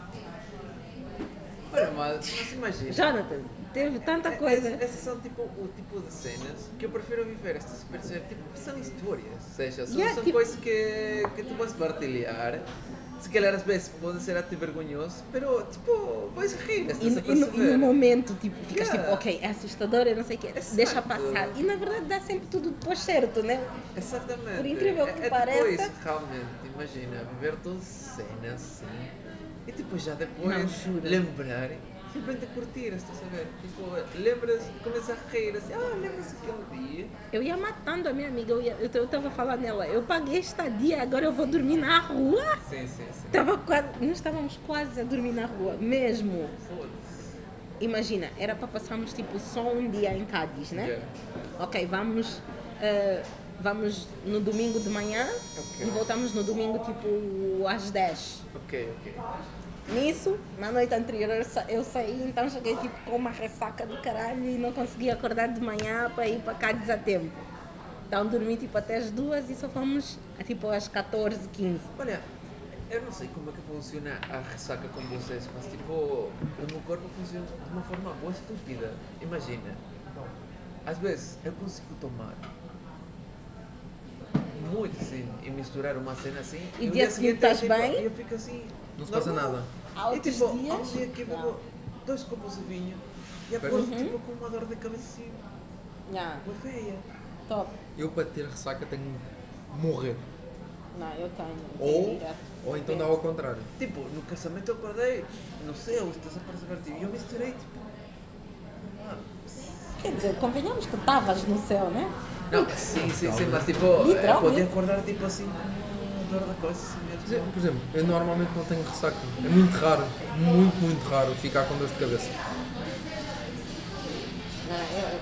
Speaker 3: Ora, mas, mas imagina.
Speaker 2: Jonathan, teve tanta coisa.
Speaker 3: Esses- Esses são tipo o tipo de cenas que eu prefiro viver. Estas experiências tipo, são histórias. Ou seja, são,
Speaker 2: Yeah,
Speaker 3: são
Speaker 2: tipo-
Speaker 3: coisas que, que tu vais partilhar. Se calhar às vezes pode ser até vergonhoso, mas tipo, vais rir.
Speaker 2: E,
Speaker 3: estás a
Speaker 2: e no, e
Speaker 3: perceber.
Speaker 2: no momento, tipo, ficas
Speaker 3: Yeah.
Speaker 2: tipo, ok, é assustador, eu não sei o quê,
Speaker 3: Exato.
Speaker 2: deixa passar. E na verdade dá sempre tudo depois certo, né?
Speaker 3: Exatamente.
Speaker 2: Por incrível que
Speaker 3: é, é
Speaker 2: pareça.
Speaker 3: Tipo isso, realmente, imagina, viver todas cenas assim. E tipo, já
Speaker 2: Não,
Speaker 3: depois
Speaker 2: juro.
Speaker 3: lembrar, simplesmente curtir, estás a ver? Tipo, lembras, começas a rir assim, ah, lembras aquele dia.
Speaker 2: Eu ia matando a minha amiga, eu, ia, eu, t- eu tava falando nela, eu paguei estadia, agora eu vou dormir na rua.
Speaker 3: Sim, sim, sim.
Speaker 2: Tava quase, nós estávamos quase a dormir na rua, mesmo.
Speaker 3: Foda-se.
Speaker 2: Imagina, era para passarmos tipo só um dia em Cádiz, né?
Speaker 3: Yeah.
Speaker 2: Ok, vamos eh, vamos no domingo de manhã
Speaker 3: Ok.
Speaker 2: e voltamos no domingo tipo às 10.
Speaker 3: Ok, ok.
Speaker 2: Nisso, na noite anterior eu sa- eu saí, então cheguei tipo com uma ressaca do caralho e não consegui acordar de manhã para ir para Cádiz a tempo. Então dormi tipo até as duas e só fomos tipo às 14, 15.
Speaker 3: Olha, eu não sei como é que funciona a ressaca com vocês, mas tipo, o meu corpo funciona de uma forma boa estúpida. Imagina, às vezes eu consigo tomar muito assim e misturar uma cena assim.
Speaker 2: E
Speaker 3: o
Speaker 2: dia seguinte
Speaker 3: eu,
Speaker 2: estás
Speaker 3: tipo,
Speaker 2: bem?
Speaker 3: Eu fico assim.
Speaker 1: Não se passa
Speaker 3: normal.
Speaker 1: nada.
Speaker 2: Há
Speaker 3: E
Speaker 2: outros
Speaker 3: tipo, há um
Speaker 2: dias?
Speaker 3: dia que eu bebo dois copos de vinho e acordo
Speaker 2: Uhum.
Speaker 3: tipo, com uma dor de cabeça assim,
Speaker 2: Não,
Speaker 3: uma feia.
Speaker 2: top.
Speaker 1: Eu para ter ressaca tenho que morrer.
Speaker 2: Não, eu tenho.
Speaker 1: Ou,
Speaker 2: é.
Speaker 1: ou então dá
Speaker 2: não
Speaker 1: ao contrário.
Speaker 3: Tipo, no casamento eu acordei, não sei, eu estás a perceber, tipo, e eu misturei, tipo. ah,
Speaker 2: Quer dizer, convenhamos que estavas no céu, né?
Speaker 3: Não, sim, sim, sim, mas tipo,
Speaker 2: Literalmente.
Speaker 3: eu podia acordar tipo assim com dor da coisa assim
Speaker 1: Quer dizer,
Speaker 3: mesmo.
Speaker 1: Por exemplo, eu normalmente não tenho ressaca. É muito raro, muito, muito raro ficar com dor de cabeça.
Speaker 2: Não, eu,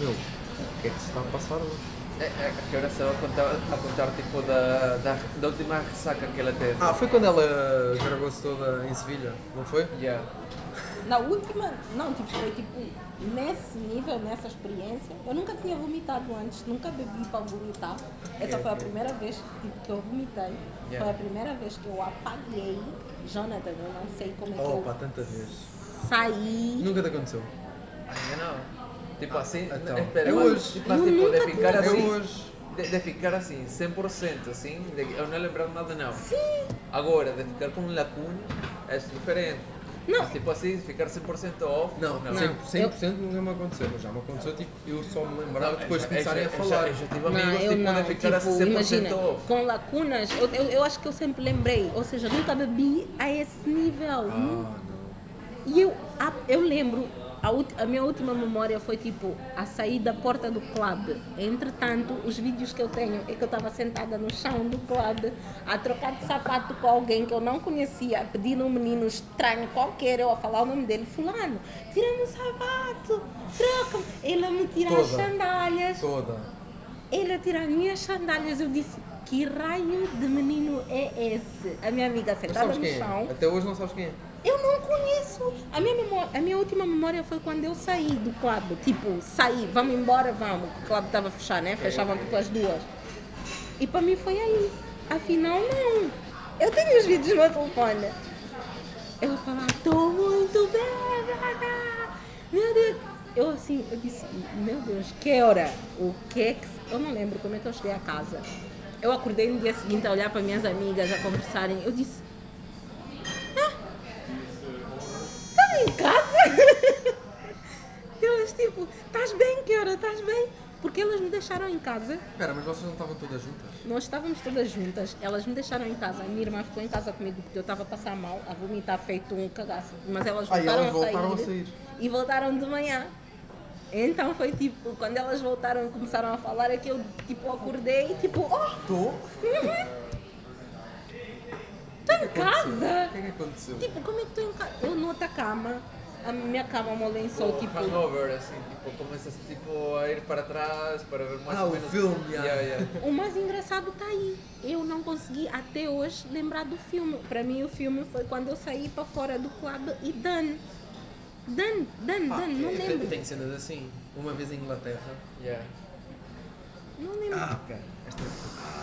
Speaker 1: Meu, o que é que se está a passar hoje?
Speaker 3: É, é, que agora estava a contar, a contar tipo da, da, da última ressaca que ela teve.
Speaker 1: Ah, foi quando ela gravou-se toda em Sevilha, não foi?
Speaker 3: Yeah.
Speaker 2: na última, não, tipo, foi tipo, nesse nível, nessa experiência, eu nunca tinha vomitado antes, nunca bebi para vomitar. Essa foi a primeira vez tipo, que eu vomitei.
Speaker 3: Yeah.
Speaker 2: Foi a primeira vez que eu apaguei. Jonathan, eu não sei como é que
Speaker 1: Opa,
Speaker 2: eu
Speaker 1: tanta vez.
Speaker 2: saí.
Speaker 1: Nunca te aconteceu.
Speaker 3: Ainda não. Tipo assim,
Speaker 1: então.
Speaker 3: espera,
Speaker 1: Eu
Speaker 3: mas,
Speaker 1: hoje.
Speaker 3: mas
Speaker 2: Eu
Speaker 3: tipo,
Speaker 2: nunca
Speaker 3: de ficar
Speaker 1: tinha-
Speaker 3: assim.
Speaker 1: Eu hoje.
Speaker 3: De, de ficar assim, 100% assim, de, eu não lembrar nada não. Sim. Agora, de ficar com lacuna é diferente.
Speaker 2: Não.
Speaker 3: Mas tipo assim, ficar 100% off.
Speaker 1: Não,
Speaker 3: não.
Speaker 1: 100%, 100 nunca me aconteceu, mas já me aconteceu, tipo, eu só me lembrava
Speaker 3: Não,
Speaker 1: depois de
Speaker 3: eu já-
Speaker 1: começarem
Speaker 3: eu
Speaker 1: a
Speaker 3: já-
Speaker 1: falar.
Speaker 3: Eu já tive
Speaker 2: Não,
Speaker 3: amigos
Speaker 2: eu
Speaker 3: é- tipo,
Speaker 2: não,
Speaker 3: de ficar a
Speaker 2: tipo,
Speaker 3: 100%
Speaker 2: imagina,
Speaker 3: off.
Speaker 2: com lacunas, eu, eu, eu acho que eu sempre lembrei, ou seja, nunca bebi a esse nível.
Speaker 1: Ah,
Speaker 2: E eu, a- eu lembro, a, ult- a minha última memória foi tipo a sair da porta do clube. Entretanto, os vídeos que eu tenho é que eu estava sentada no chão do clube a trocar de sapato com alguém que eu não conhecia, a pedir um menino estranho qualquer, eu a falar o nome dele, fulano, tira-me o sapato, troca-me. Ele a me tirar as
Speaker 1: Toda.
Speaker 2: sandálias,
Speaker 1: toda.
Speaker 2: ele a tirar as minhas sandálias. Eu disse, que raio de menino é esse? A minha amiga
Speaker 1: Não
Speaker 2: sentada
Speaker 1: Então sabes
Speaker 2: no
Speaker 1: quem
Speaker 2: chão.
Speaker 1: é? Até hoje não sabes quem é.
Speaker 2: Eu não conheço. A minha, memó- a minha última memória foi quando eu saí do clube. Tipo, saí, vamos embora, vamos. O clube estava fechado, né? Fechavam tipo as duas. E para mim foi aí. Afinal, não. Eu tenho os vídeos no meu telefone. Eu falava, estou muito bêbada. Meu Deus. Eu assim, eu disse, meu Deus, que hora? O que é que... se-" Eu não lembro como é que eu cheguei a casa. Eu acordei no dia seguinte a olhar para minhas amigas, a conversarem. Eu disse, Estava em casa? [laughs] Elas tipo, estás bem, Kiara, estás bem? Porque elas me deixaram em casa.
Speaker 1: Espera, mas vocês não estavam todas juntas?
Speaker 2: Nós estávamos todas juntas, elas me deixaram em casa. A minha irmã ficou em casa comigo porque eu estava a passar mal, a vomitar feito um cagaço. Mas elas
Speaker 1: Ah, e
Speaker 2: voltaram,
Speaker 1: elas
Speaker 2: a,
Speaker 1: voltaram a
Speaker 2: sair
Speaker 1: sair.
Speaker 2: e voltaram de manhã. Então foi tipo, quando elas voltaram e começaram a falar, é que eu tipo acordei e tipo, oh,
Speaker 1: Tô?
Speaker 2: estou em casa!
Speaker 1: O que é que aconteceu?
Speaker 2: Tipo, como é que estou em casa? Eu noutra cama, a minha cama, o meu lençol,
Speaker 3: Tipo,
Speaker 2: tipo,
Speaker 3: hangover, assim, tipo, começas tipo, a ir para trás para ver mais
Speaker 1: Ah,
Speaker 3: ou
Speaker 1: o
Speaker 3: menos.
Speaker 1: filme, ah.
Speaker 3: yeah, yeah.
Speaker 2: O mais engraçado tá aí. Eu não consegui até hoje lembrar do filme. Para mim o filme foi quando eu saí para fora do clube e Dan. Dan, Dan, Dan, não
Speaker 1: Ah, eu te-
Speaker 2: lembro.
Speaker 1: Tenho cenas assim. Uma vez em Inglaterra.
Speaker 3: Yeah.
Speaker 2: Não lembro.
Speaker 1: Ah, cara. Esta,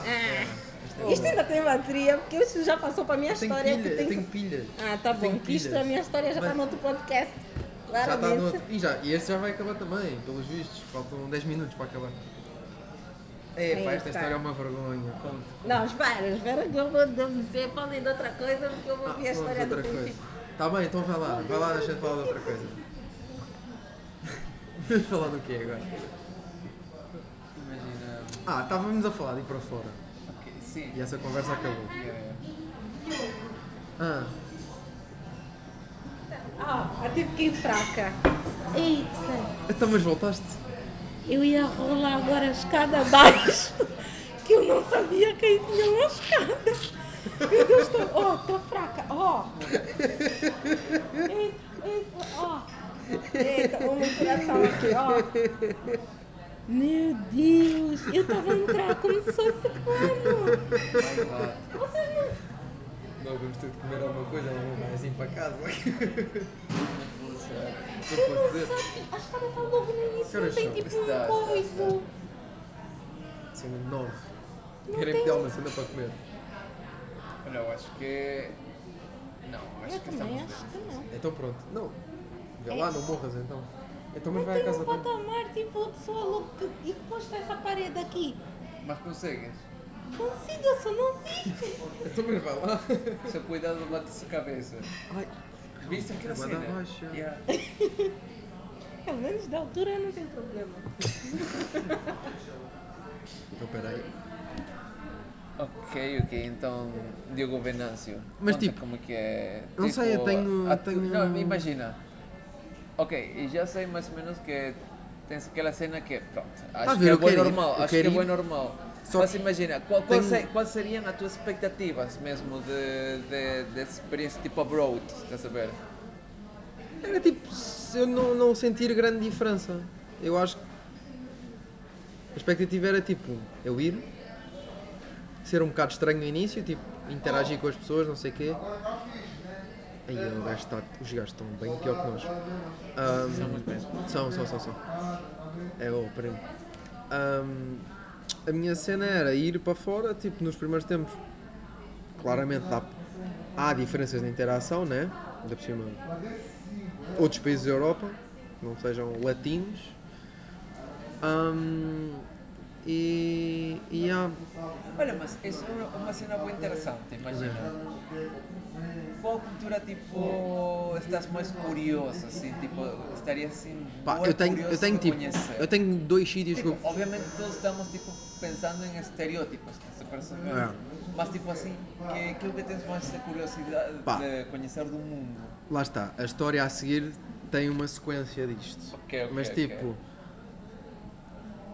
Speaker 2: Ah. Isto ainda tem bateria, porque isso já passou para a minha
Speaker 1: eu tenho
Speaker 2: história. que
Speaker 1: pilha, eu
Speaker 2: tem-
Speaker 1: tenho pilha.
Speaker 2: Ah, tá
Speaker 1: Eu tenho
Speaker 2: bom. Que isto,
Speaker 1: pilhas.
Speaker 2: a minha história já está
Speaker 1: Mas-
Speaker 2: no outro podcast.
Speaker 1: Já
Speaker 2: Claramente.
Speaker 1: está no outro. E, já, e este já vai acabar também, pelos vistos. Faltam 10 minutos para acabar. É, pá,
Speaker 2: Aí
Speaker 1: esta
Speaker 2: está.
Speaker 1: história é uma vergonha. Ah, Conte.
Speaker 2: Não, espera, espera que eu vou um dizer, falem de outra coisa, porque eu vou
Speaker 1: Ah,
Speaker 2: ouvir a
Speaker 1: falamos
Speaker 2: história do
Speaker 1: outra coisa.
Speaker 2: princípio.
Speaker 1: Tá bem, então vai lá. Vai lá, a gente fala de
Speaker 2: [laughs]
Speaker 1: outra coisa. Vamos falar do quê agora?
Speaker 3: Imagina.
Speaker 1: Ah, estávamos a falar de ir para fora.
Speaker 3: ok, sim.
Speaker 1: E essa conversa acabou.
Speaker 3: Yeah, yeah.
Speaker 1: Ah,
Speaker 2: Ah, até fiquei fraca. Eita.
Speaker 1: então mas
Speaker 2: [laughs]
Speaker 1: voltaste?
Speaker 2: Eu ia rolar agora a escada abaixo, [laughs] que eu não sabia que aí tinha uma escada. Meu Deus, tô, oh, tô fraca, ó. Eita, eita, um ó. Eita, o meu coração aqui, ó. Meu Deus, eu estava a entrar como se fosse claro. Vocês não
Speaker 3: Nós vamos ter de comer alguma coisa, não vai assim para casa. Não
Speaker 2: Eu não
Speaker 3: posso dizer.
Speaker 2: sei, acho que ela está tá logo no início, não tem tipo
Speaker 3: Está,
Speaker 2: um coisa.
Speaker 1: Cena 9.
Speaker 2: Não
Speaker 1: Querem
Speaker 2: tem.
Speaker 1: pedir alguma cena para comer?
Speaker 3: Olha, eu acho que. Não, acho
Speaker 2: Eu
Speaker 3: que
Speaker 2: também
Speaker 3: estamos
Speaker 2: acho
Speaker 3: bem.
Speaker 2: que não.
Speaker 1: Então pronto. Não. Vê lá, não morras então. Então
Speaker 2: Mas
Speaker 1: mas vai à
Speaker 2: tem
Speaker 1: casa
Speaker 2: um
Speaker 1: dele.
Speaker 2: patamar, tipo, a pessoa logo que... E depois está essa parede aqui.
Speaker 3: Mas consegues?
Speaker 2: Consigo, eu só não vi.
Speaker 3: Então mas vai lá. Só cuidado do lado da sua cabeça.
Speaker 1: Ai,
Speaker 3: Viste aquela
Speaker 1: Guarda
Speaker 3: cena?
Speaker 1: baixa.
Speaker 3: Yeah.
Speaker 2: Pelo menos da altura não tem problema.
Speaker 1: então peraí.
Speaker 3: Ok, ok, então Diogo Venâncio.
Speaker 1: Mas,
Speaker 3: conta
Speaker 1: tipo,
Speaker 3: como é que é.
Speaker 1: não sei, eu tenho-
Speaker 3: a tu-
Speaker 1: tenho- um-
Speaker 3: Não, imagina. Ok, e já sei mais ou menos que tens aquela cena que. Pronto, acho
Speaker 1: Tá a ver,
Speaker 3: que é
Speaker 1: eu
Speaker 3: bom
Speaker 1: quero ir,
Speaker 3: normal.
Speaker 1: eu
Speaker 3: Acho que é
Speaker 1: quero ir.
Speaker 3: bom normal.
Speaker 1: Só
Speaker 3: Mas
Speaker 1: que
Speaker 3: imagina, qual, qual
Speaker 1: tenho-
Speaker 3: se- quais seriam as tuas expectativas mesmo de, de, dessa experiência tipo abroad? Estás a ver?
Speaker 1: Era tipo, se eu não, não sentir grande diferença. Eu acho que. A expectativa era tipo, eu ir, ser um bocado estranho no início, tipo, interagir com as pessoas, não sei o quê. Aí o gajo está, os gajos estão bem pior que nós. Ahm,
Speaker 3: São muito bem.
Speaker 1: são, são, são, são. É o primo. Ahm, a minha cena era ir para fora, tipo, nos primeiros tempos. Claramente dá- há diferenças na interação, né? Ainda por cima, outros países da Europa, que não sejam latinos. Ahm, e. e ah, há-
Speaker 3: Olha, mas é uma, uma cena muito interessante, imagina. Qual cultura, tipo, estás mais curioso, assim, tipo, estarias assim,
Speaker 1: pá,
Speaker 3: bué
Speaker 1: eu tenho,
Speaker 3: curioso
Speaker 1: eu tenho
Speaker 3: de
Speaker 1: tipo.
Speaker 3: conhecer?
Speaker 1: Eu tenho dois sítios que
Speaker 3: Tipo,
Speaker 1: eu.
Speaker 3: obviamente todos estamos, tipo, pensando em estereótipos, se percebe?
Speaker 1: É.
Speaker 3: Mas, tipo, assim, que, que é o que tens mais de curiosidade
Speaker 1: Pá.
Speaker 3: de conhecer do mundo?
Speaker 1: Lá está, a história a seguir tem uma sequência disto.
Speaker 3: Ok, ok,
Speaker 1: Mas
Speaker 3: ok.
Speaker 1: tipo.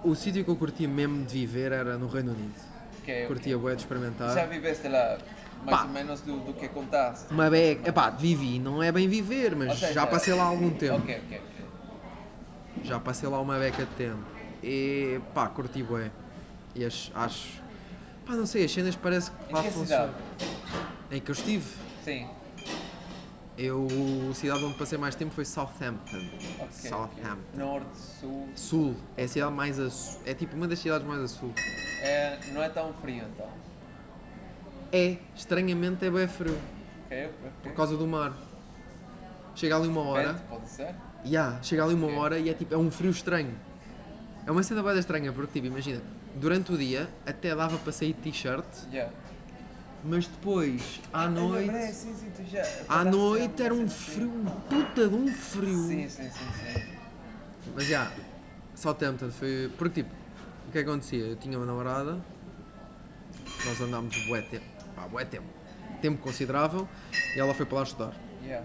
Speaker 1: O sítio que eu curtia mesmo de viver era no Reino Unido.
Speaker 3: Que,
Speaker 1: Curtia bué de experimentar.
Speaker 3: É Já viveste lá, mais
Speaker 1: Pá.
Speaker 3: ou menos, do, do que contaste?
Speaker 1: Uma beca. é, Epá, vivi, não é bem viver, mas
Speaker 3: Ou seja,
Speaker 1: já passei lá há algum tempo.
Speaker 3: Ok, ok, ok.
Speaker 1: Já passei lá uma beca de tempo. E pá, curti bué. E acho, acho. Pá, não sei, as cenas parece que
Speaker 3: Em
Speaker 1: lá
Speaker 3: que
Speaker 1: funcionam.
Speaker 3: cidade?
Speaker 1: Em que eu estive.
Speaker 3: Sim.
Speaker 1: Eu, a cidade onde passei mais tempo foi Southampton.
Speaker 3: Ok.
Speaker 1: Southampton.
Speaker 3: Norte, sul.
Speaker 1: Sul. É a cidade mais a sul. É tipo uma das cidades mais a sul.
Speaker 3: É, não é tão frio então.
Speaker 1: É, estranhamente é bem frio.
Speaker 3: Ok,
Speaker 1: Por
Speaker 3: ok.
Speaker 1: causa do mar. Chega ali uma hora.
Speaker 3: Vento, pode ser?
Speaker 1: Ya, chega ali uma hora e é tipo, é um frio estranho. É uma cena bem estranha, porque tipo, imagina, durante o dia até dava para sair de t-shirt,
Speaker 3: Já.
Speaker 1: mas depois, à
Speaker 3: Lembrei,
Speaker 1: noite,
Speaker 3: sim, sim, tu já.
Speaker 1: à
Speaker 3: falaste
Speaker 1: noite
Speaker 3: de
Speaker 1: era um
Speaker 3: alguma
Speaker 1: frio,
Speaker 3: cena
Speaker 1: um puta de um frio.
Speaker 3: assim. Sim, sim, sim, sim.
Speaker 1: Mas já, Southampton foi. Porque tipo, o que acontecia? Eu tinha uma namorada, nós andámos bué tempo, pá, bué tempo, tempo considerável, e ela foi para lá estudar.
Speaker 3: Já.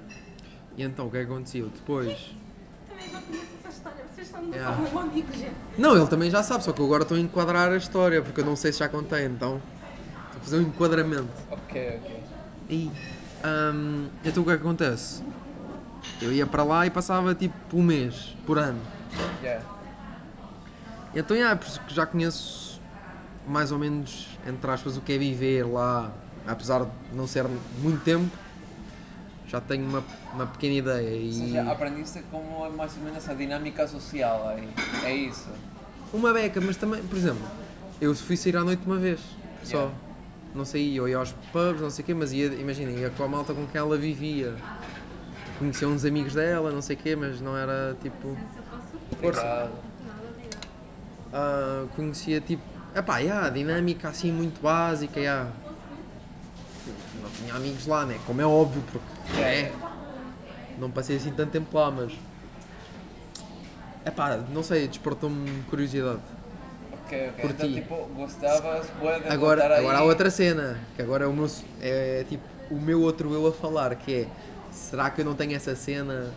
Speaker 1: E então o que acontecia? Eu Depois.
Speaker 2: Também já conheço essa história. Vocês estão no
Speaker 1: Yeah.
Speaker 2: um amigo, gente.
Speaker 1: Não, ele também já sabe, só que eu agora estou a enquadrar a história, porque eu não sei se já contei, então estou a fazer um enquadramento.
Speaker 3: Ok, ok.
Speaker 1: E hum, então o que é que acontece? Eu ia para lá e passava tipo um mês por ano.
Speaker 3: Já.
Speaker 1: Então yeah, por isso que já conheço mais ou menos, entre aspas, o que é viver lá, apesar de não ser muito tempo, já tenho uma, uma pequena ideia.
Speaker 3: Ou
Speaker 1: E
Speaker 3: seja, aprendiste como é mais ou menos a dinâmica social aí. É isso.
Speaker 1: Uma beca, mas também, por exemplo, eu fui sair à noite uma vez, só.
Speaker 3: Yeah.
Speaker 1: Não saía, eu ia aos pubs, não sei o quê, mas ia, imagina, ia com a malta com quem ela vivia. Conhecia uns amigos dela, não sei o quê, mas não era tipo. Força.
Speaker 3: Obrigado.
Speaker 1: Ah, conhecia tipo. Epá, yeah, dinâmica assim muito básica, yeah. Não tinha amigos lá, né? Como é óbvio, porque.
Speaker 3: É.
Speaker 1: É. Não passei assim tanto tempo lá, mas. Epá, não sei, despertou-me curiosidade.
Speaker 3: Ok, ok. Então,
Speaker 1: Curti.
Speaker 3: tipo, gostavas, pode voltar
Speaker 1: Agora,
Speaker 3: É aí.
Speaker 1: agora há outra cena, que agora é o meu, s- é, tipo o meu outro eu a falar, que é será que eu não tenho essa cena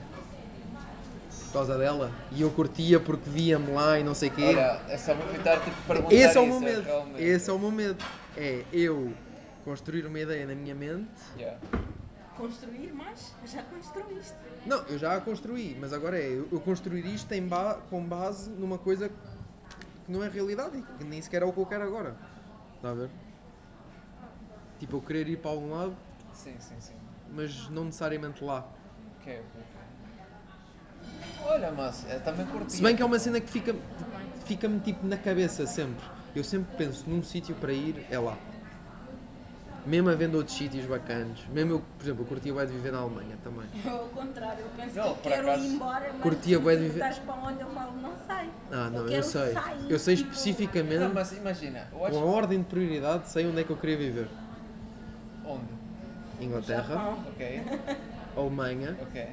Speaker 1: por causa dela? E eu curtia porque via-me lá e não sei o quê.
Speaker 3: Olha, é só vou tentar-te perguntar
Speaker 1: Esse é o
Speaker 3: isso,
Speaker 1: meu medo.
Speaker 3: realmente.
Speaker 1: Esse é o meu medo. É eu construir uma ideia na minha mente.
Speaker 3: Yeah.
Speaker 2: Construir, mas já construíste.
Speaker 1: Não, eu já a construí, mas agora é eu eu construir isto em ba com base numa coisa que não é realidade e que nem sequer é o que eu quero agora. Está a ver? Tipo, eu querer ir para algum lado,
Speaker 3: Sim, sim, sim.
Speaker 1: mas não necessariamente lá.
Speaker 3: Ok, ok. Olha, mas eu também curti.
Speaker 1: Se bem que é uma cena que fica- fica-me tipo na cabeça sempre. Eu sempre penso num sítio para ir, é lá. Mesmo havendo outros sítios bacanas. Mesmo eu, por exemplo, eu curtia bem de viver na Alemanha também.
Speaker 2: Eu, Ao contrário, eu penso
Speaker 3: Não,
Speaker 2: que
Speaker 3: por
Speaker 2: quero
Speaker 3: acaso,
Speaker 2: ir embora, mas
Speaker 1: curtia
Speaker 2: se
Speaker 1: bué
Speaker 2: tu
Speaker 1: de viver-
Speaker 2: estás para onde eu falo, não sai.
Speaker 1: Ah, não, eu,
Speaker 2: quero
Speaker 1: sei.
Speaker 2: sair,
Speaker 1: eu sei
Speaker 2: tipo,
Speaker 1: especificamente,
Speaker 3: Não, mas imagina, eu
Speaker 1: com a
Speaker 3: acho.
Speaker 1: ordem de prioridade, sei onde é que eu queria viver.
Speaker 3: Onde?
Speaker 1: Inglaterra,
Speaker 2: Japão.
Speaker 3: Ok,
Speaker 1: Alemanha,
Speaker 3: ok.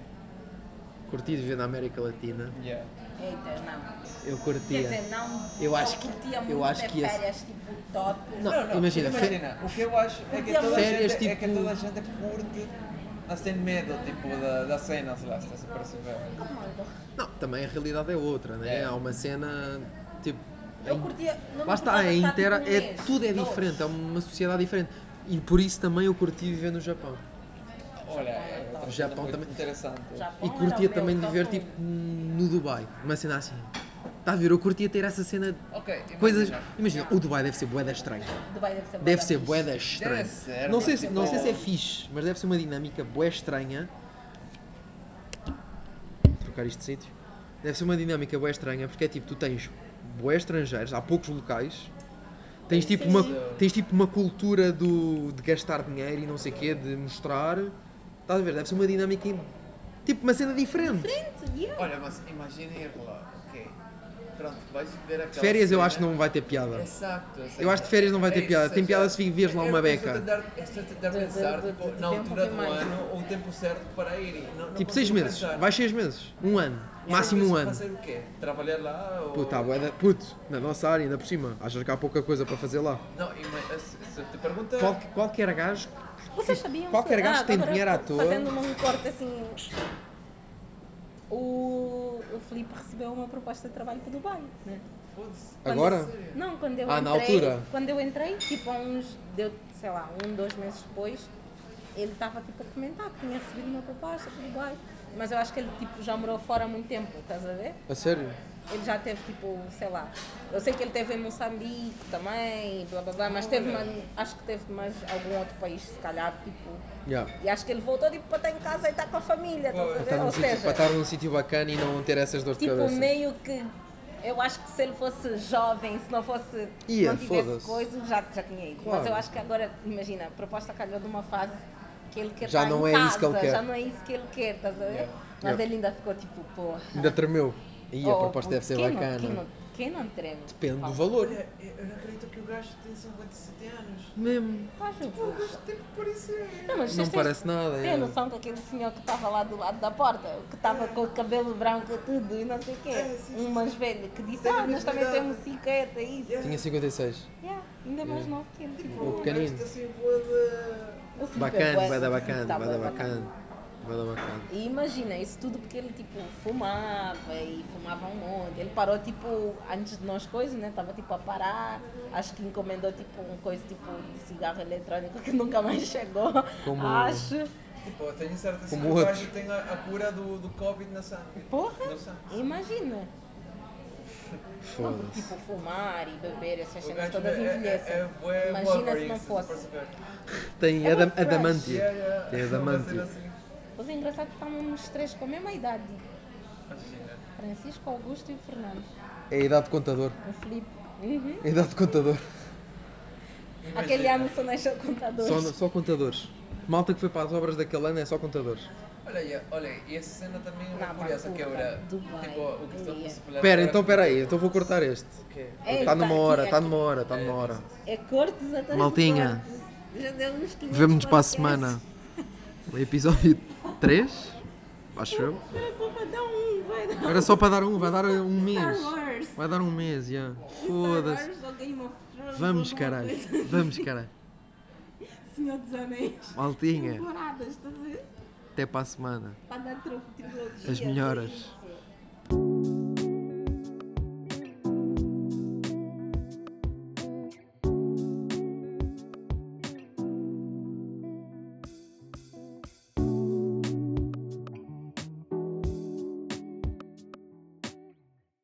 Speaker 1: curti viver na América Latina.
Speaker 3: Yeah.
Speaker 2: Eita, não.
Speaker 1: Eu
Speaker 2: Quer
Speaker 1: curtia.
Speaker 2: dizer, não.
Speaker 1: Eu acho que-
Speaker 2: curtia
Speaker 1: eu
Speaker 2: muito
Speaker 1: acho
Speaker 2: é
Speaker 1: que ia-
Speaker 2: férias tipo top.
Speaker 1: Não, imagina, fe-
Speaker 3: imagina, o que eu acho é que
Speaker 2: Porque
Speaker 3: toda a
Speaker 1: férias,
Speaker 3: gente, é que
Speaker 1: tipo-
Speaker 3: toda a gente curte, mas tem medo, tipo, da, das cenas lá, está-se a perceber.
Speaker 1: Não, também a realidade é outra, né?
Speaker 3: É.
Speaker 1: Há uma cena tipo.
Speaker 2: Eu
Speaker 1: em-
Speaker 2: curtia. Não me
Speaker 1: Lá está,
Speaker 2: importava
Speaker 1: é
Speaker 2: estar,
Speaker 1: intera,
Speaker 2: tipo, um
Speaker 1: é,
Speaker 2: mês,
Speaker 1: tudo é
Speaker 2: dois.
Speaker 1: diferente, é uma sociedade diferente. E por isso também eu curti viver no Japão.
Speaker 3: Olha, é outra coisa
Speaker 1: Japão
Speaker 3: muito
Speaker 1: também-
Speaker 3: interessante.
Speaker 2: Japão
Speaker 1: E
Speaker 2: era
Speaker 1: curtia
Speaker 2: o meu
Speaker 1: também de
Speaker 2: top
Speaker 1: viver
Speaker 2: um.
Speaker 1: tipo no Dubai, uma cena assim. Está a ver? Eu curtia ter essa cena de
Speaker 3: Ok, imagina.
Speaker 1: coisas. Imagina, o Dubai deve ser boeda estranha.
Speaker 2: Dubai deve ser bué
Speaker 1: Deve
Speaker 2: da
Speaker 1: ser
Speaker 2: fixe.
Speaker 1: boeda estranha.
Speaker 3: ser,
Speaker 1: Não
Speaker 3: mas
Speaker 1: sei, se, não sei se é
Speaker 3: tipo-
Speaker 1: fixe, mas deve ser uma dinâmica boé estranha. Trocar isto de sítio. Deve ser uma dinâmica boé estranha porque é tipo, tu tens boé estrangeiros, há poucos locais. Tens tipo, uma, tens tipo uma cultura do, de gastar dinheiro e não sei o quê, de mostrar. Estás a ver? Deve ser uma dinâmica. em- Tipo, uma cena diferente.
Speaker 2: Gente, yeah.
Speaker 3: Olha, mas imagina ir lá, ok. Pronto, vais ver aquela
Speaker 1: De férias eu
Speaker 3: cena.
Speaker 1: acho que não vai ter
Speaker 3: É
Speaker 1: piada.
Speaker 3: Exato, exato.
Speaker 1: Eu acho que de férias não vai ter
Speaker 3: É
Speaker 1: piada.
Speaker 3: isso,
Speaker 1: Tem
Speaker 3: é
Speaker 1: piada
Speaker 3: isso.
Speaker 1: se vês lá
Speaker 3: Eu estou
Speaker 1: uma
Speaker 3: a
Speaker 1: beca.
Speaker 3: tentar- Estou a tentar
Speaker 2: De- de-
Speaker 3: pensar
Speaker 2: de-
Speaker 3: tipo,
Speaker 2: de
Speaker 3: na
Speaker 2: tempo
Speaker 3: altura
Speaker 2: que
Speaker 3: do
Speaker 2: mais.
Speaker 3: ano, o tempo certo para ir. e não- não
Speaker 1: Tipo, seis
Speaker 3: consigo
Speaker 1: meses.
Speaker 3: pensar.
Speaker 1: Vais seis meses. Um ano.
Speaker 3: E
Speaker 1: Máximo um
Speaker 3: depois
Speaker 1: ano.
Speaker 3: Fazer o quê? Trabalhar lá ou...
Speaker 1: Puta, a boeda, puto, na nossa área, ainda por cima. Achas que há pouca coisa para fazer lá?
Speaker 3: Não, ima- se, se te é, pergunta...
Speaker 1: Qual- qualquer gajo.
Speaker 2: Vocês sabiam
Speaker 1: Qualquer
Speaker 2: que-
Speaker 1: gajo que tem
Speaker 2: agora
Speaker 1: dinheiro à
Speaker 2: fa-
Speaker 1: toa.
Speaker 2: Fazendo um corte assim. O, o Filipe recebeu uma proposta de trabalho para Dubai, né?
Speaker 3: Foda-se.
Speaker 2: Quando-
Speaker 1: Agora?
Speaker 2: Não, quando eu
Speaker 1: Ah, na
Speaker 2: entrei.
Speaker 1: altura?
Speaker 2: Quando eu entrei, tipo, há uns, deu, sei lá, um, dois meses depois, ele estava tipo a comentar que tinha recebido uma proposta para Dubai. Mas eu acho que ele tipo, já morou fora há muito tempo, estás a ver?
Speaker 1: A sério?
Speaker 2: Ele já teve tipo, sei lá. Eu sei que ele teve em Moçambique também, blá blá blá, mas teve, uma, acho que teve mais algum outro país, se calhar, tipo.
Speaker 1: Yeah.
Speaker 2: E acho que ele voltou tipo, para estar em casa e estar com a família, estás a
Speaker 1: Para
Speaker 2: ver?
Speaker 1: estar, num
Speaker 2: Ou
Speaker 1: sítio, tá para
Speaker 2: seja,
Speaker 1: estar num sítio bacana e não ter essas dores de
Speaker 2: tipo,
Speaker 1: cabeça.
Speaker 2: meio que. Eu acho que se ele fosse jovem, se não fosse.
Speaker 1: Ia,
Speaker 2: não tivesse
Speaker 1: foda-se.
Speaker 2: coisa, já, já tinha ido.
Speaker 1: Claro.
Speaker 2: Mas eu acho que agora, imagina, a proposta calhou de uma fase que ele quer
Speaker 1: Já
Speaker 2: estar
Speaker 1: não
Speaker 2: em
Speaker 1: é
Speaker 2: casa,
Speaker 1: isso que ele quer.
Speaker 2: já não é isso que ele quer, estás a ver?
Speaker 3: Yeah.
Speaker 2: Mas
Speaker 1: Yeah.
Speaker 2: ele ainda ficou tipo, porra.
Speaker 1: Ainda tremeu. E a
Speaker 2: oh,
Speaker 1: proposta deve ser
Speaker 2: quem não-
Speaker 1: bacana.
Speaker 2: Quem não, quem não treme?
Speaker 1: Depende
Speaker 2: Pá,
Speaker 1: do valor.
Speaker 3: Olha, eu eu não acredito que o gajo tem 57 anos.
Speaker 1: Mesmo.
Speaker 2: faz o
Speaker 3: O
Speaker 2: burro.
Speaker 3: gajo tem é- que parecer...
Speaker 2: Não, mas
Speaker 1: Não
Speaker 2: vocês têm-
Speaker 1: parece nada.
Speaker 2: Tem
Speaker 1: é.
Speaker 2: a noção que aquele senhor que estava lá do lado da porta, que estava com o cabelo branco e tudo e não sei o quê,
Speaker 3: É,
Speaker 2: um mais velho, que disse,
Speaker 3: Tenho
Speaker 2: ah,
Speaker 3: a
Speaker 2: nós também
Speaker 3: mesma
Speaker 2: temos cinqueta e isso.
Speaker 1: Tinha 56.
Speaker 2: Yeah, ainda mais novo que ele. Tipo,
Speaker 1: O
Speaker 3: gajo
Speaker 1: pequenino.
Speaker 3: está assim, boa de...
Speaker 2: o Filipe é
Speaker 1: Bacana,
Speaker 2: bué-
Speaker 1: vai dar
Speaker 2: o Filipe
Speaker 1: bacana,
Speaker 2: tá
Speaker 1: vai
Speaker 2: bué
Speaker 1: dar bacana. Vai dar bacana.
Speaker 2: E imagina, isso tudo porque ele tipo fumava e fumava um monte. Ele parou tipo antes de nós coisas, né? Tava tipo a parar, acho que encomendou tipo um coisa tipo de cigarro eletrônico que [laughs] nunca mais chegou.
Speaker 1: Como-
Speaker 2: Acho.
Speaker 3: Tipo, eu tenho certeza
Speaker 1: Como
Speaker 3: que o
Speaker 1: outro.
Speaker 3: gajo tem a, a cura do, do Covid na sangue.
Speaker 2: Porra!
Speaker 3: No sangue.
Speaker 2: Imagina. Não, porque,
Speaker 1: Foda-se.
Speaker 2: tipo, fumar e beber, essas
Speaker 3: O
Speaker 2: cenas
Speaker 3: gajo
Speaker 2: todas
Speaker 3: é- é-
Speaker 2: envelhecem.
Speaker 3: é- é bué
Speaker 2: Imagina se
Speaker 3: Wolverine,
Speaker 2: não
Speaker 3: está-se a
Speaker 2: fosse.
Speaker 3: perceber.
Speaker 1: Tem
Speaker 2: É
Speaker 1: adam-
Speaker 2: uma fresh.
Speaker 1: adamantio.
Speaker 3: Yeah, yeah. [laughs]
Speaker 1: Tem
Speaker 3: Uma cena
Speaker 1: adamantio.
Speaker 3: assim.
Speaker 2: Pois é engraçado que estávamos três com a mesma idade.
Speaker 3: Imagina.
Speaker 2: Francisco, Augusto e Fernando.
Speaker 1: É a idade de contador.
Speaker 2: O Filipe. Uhum.
Speaker 1: É a idade de contador.
Speaker 2: Aquele ano só nasceu contador.
Speaker 1: Só, só contadores. Malta que foi para as obras daquele ano é só contadores.
Speaker 3: Olha, e- olha, e essa cena também é
Speaker 2: Não,
Speaker 3: uma curiosa
Speaker 2: mas
Speaker 3: que
Speaker 2: puta,
Speaker 3: era.
Speaker 2: Dubai,
Speaker 3: Tipo, o que
Speaker 2: ia.
Speaker 3: estamos a falar.
Speaker 1: Pera,
Speaker 3: agora-
Speaker 1: então pera aí, então vou cortar este.
Speaker 3: Ok.
Speaker 2: É,
Speaker 1: Está numa
Speaker 2: tá
Speaker 1: hora,
Speaker 2: aqui,
Speaker 1: está
Speaker 2: aqui.
Speaker 1: numa hora, está numa hora.
Speaker 2: É cortes atrás de
Speaker 1: Maltinha.
Speaker 2: cortes. Já deu uns 500
Speaker 1: Vemo-nos para a
Speaker 2: podcasts.
Speaker 1: semana. [laughs] Episódio 3? Acho eu.
Speaker 2: Era só para dar um, vai dar
Speaker 1: Era só para dar um, vai dar um mês.
Speaker 2: Star Wars.
Speaker 1: Vai dar um mês, já.
Speaker 2: Star
Speaker 1: Foda-se.
Speaker 2: Wars ou Game of Thrones,
Speaker 1: Vamos,
Speaker 2: alguma
Speaker 1: caralho.
Speaker 2: coisa. [laughs]
Speaker 1: Vamos, caralho.
Speaker 2: Senhor dos Anéis.
Speaker 1: Maltinha,
Speaker 2: Temporadas, estás a ver?
Speaker 1: até para a semana.
Speaker 2: Para dar troco de trilogia.
Speaker 1: As melhoras.
Speaker 2: isso.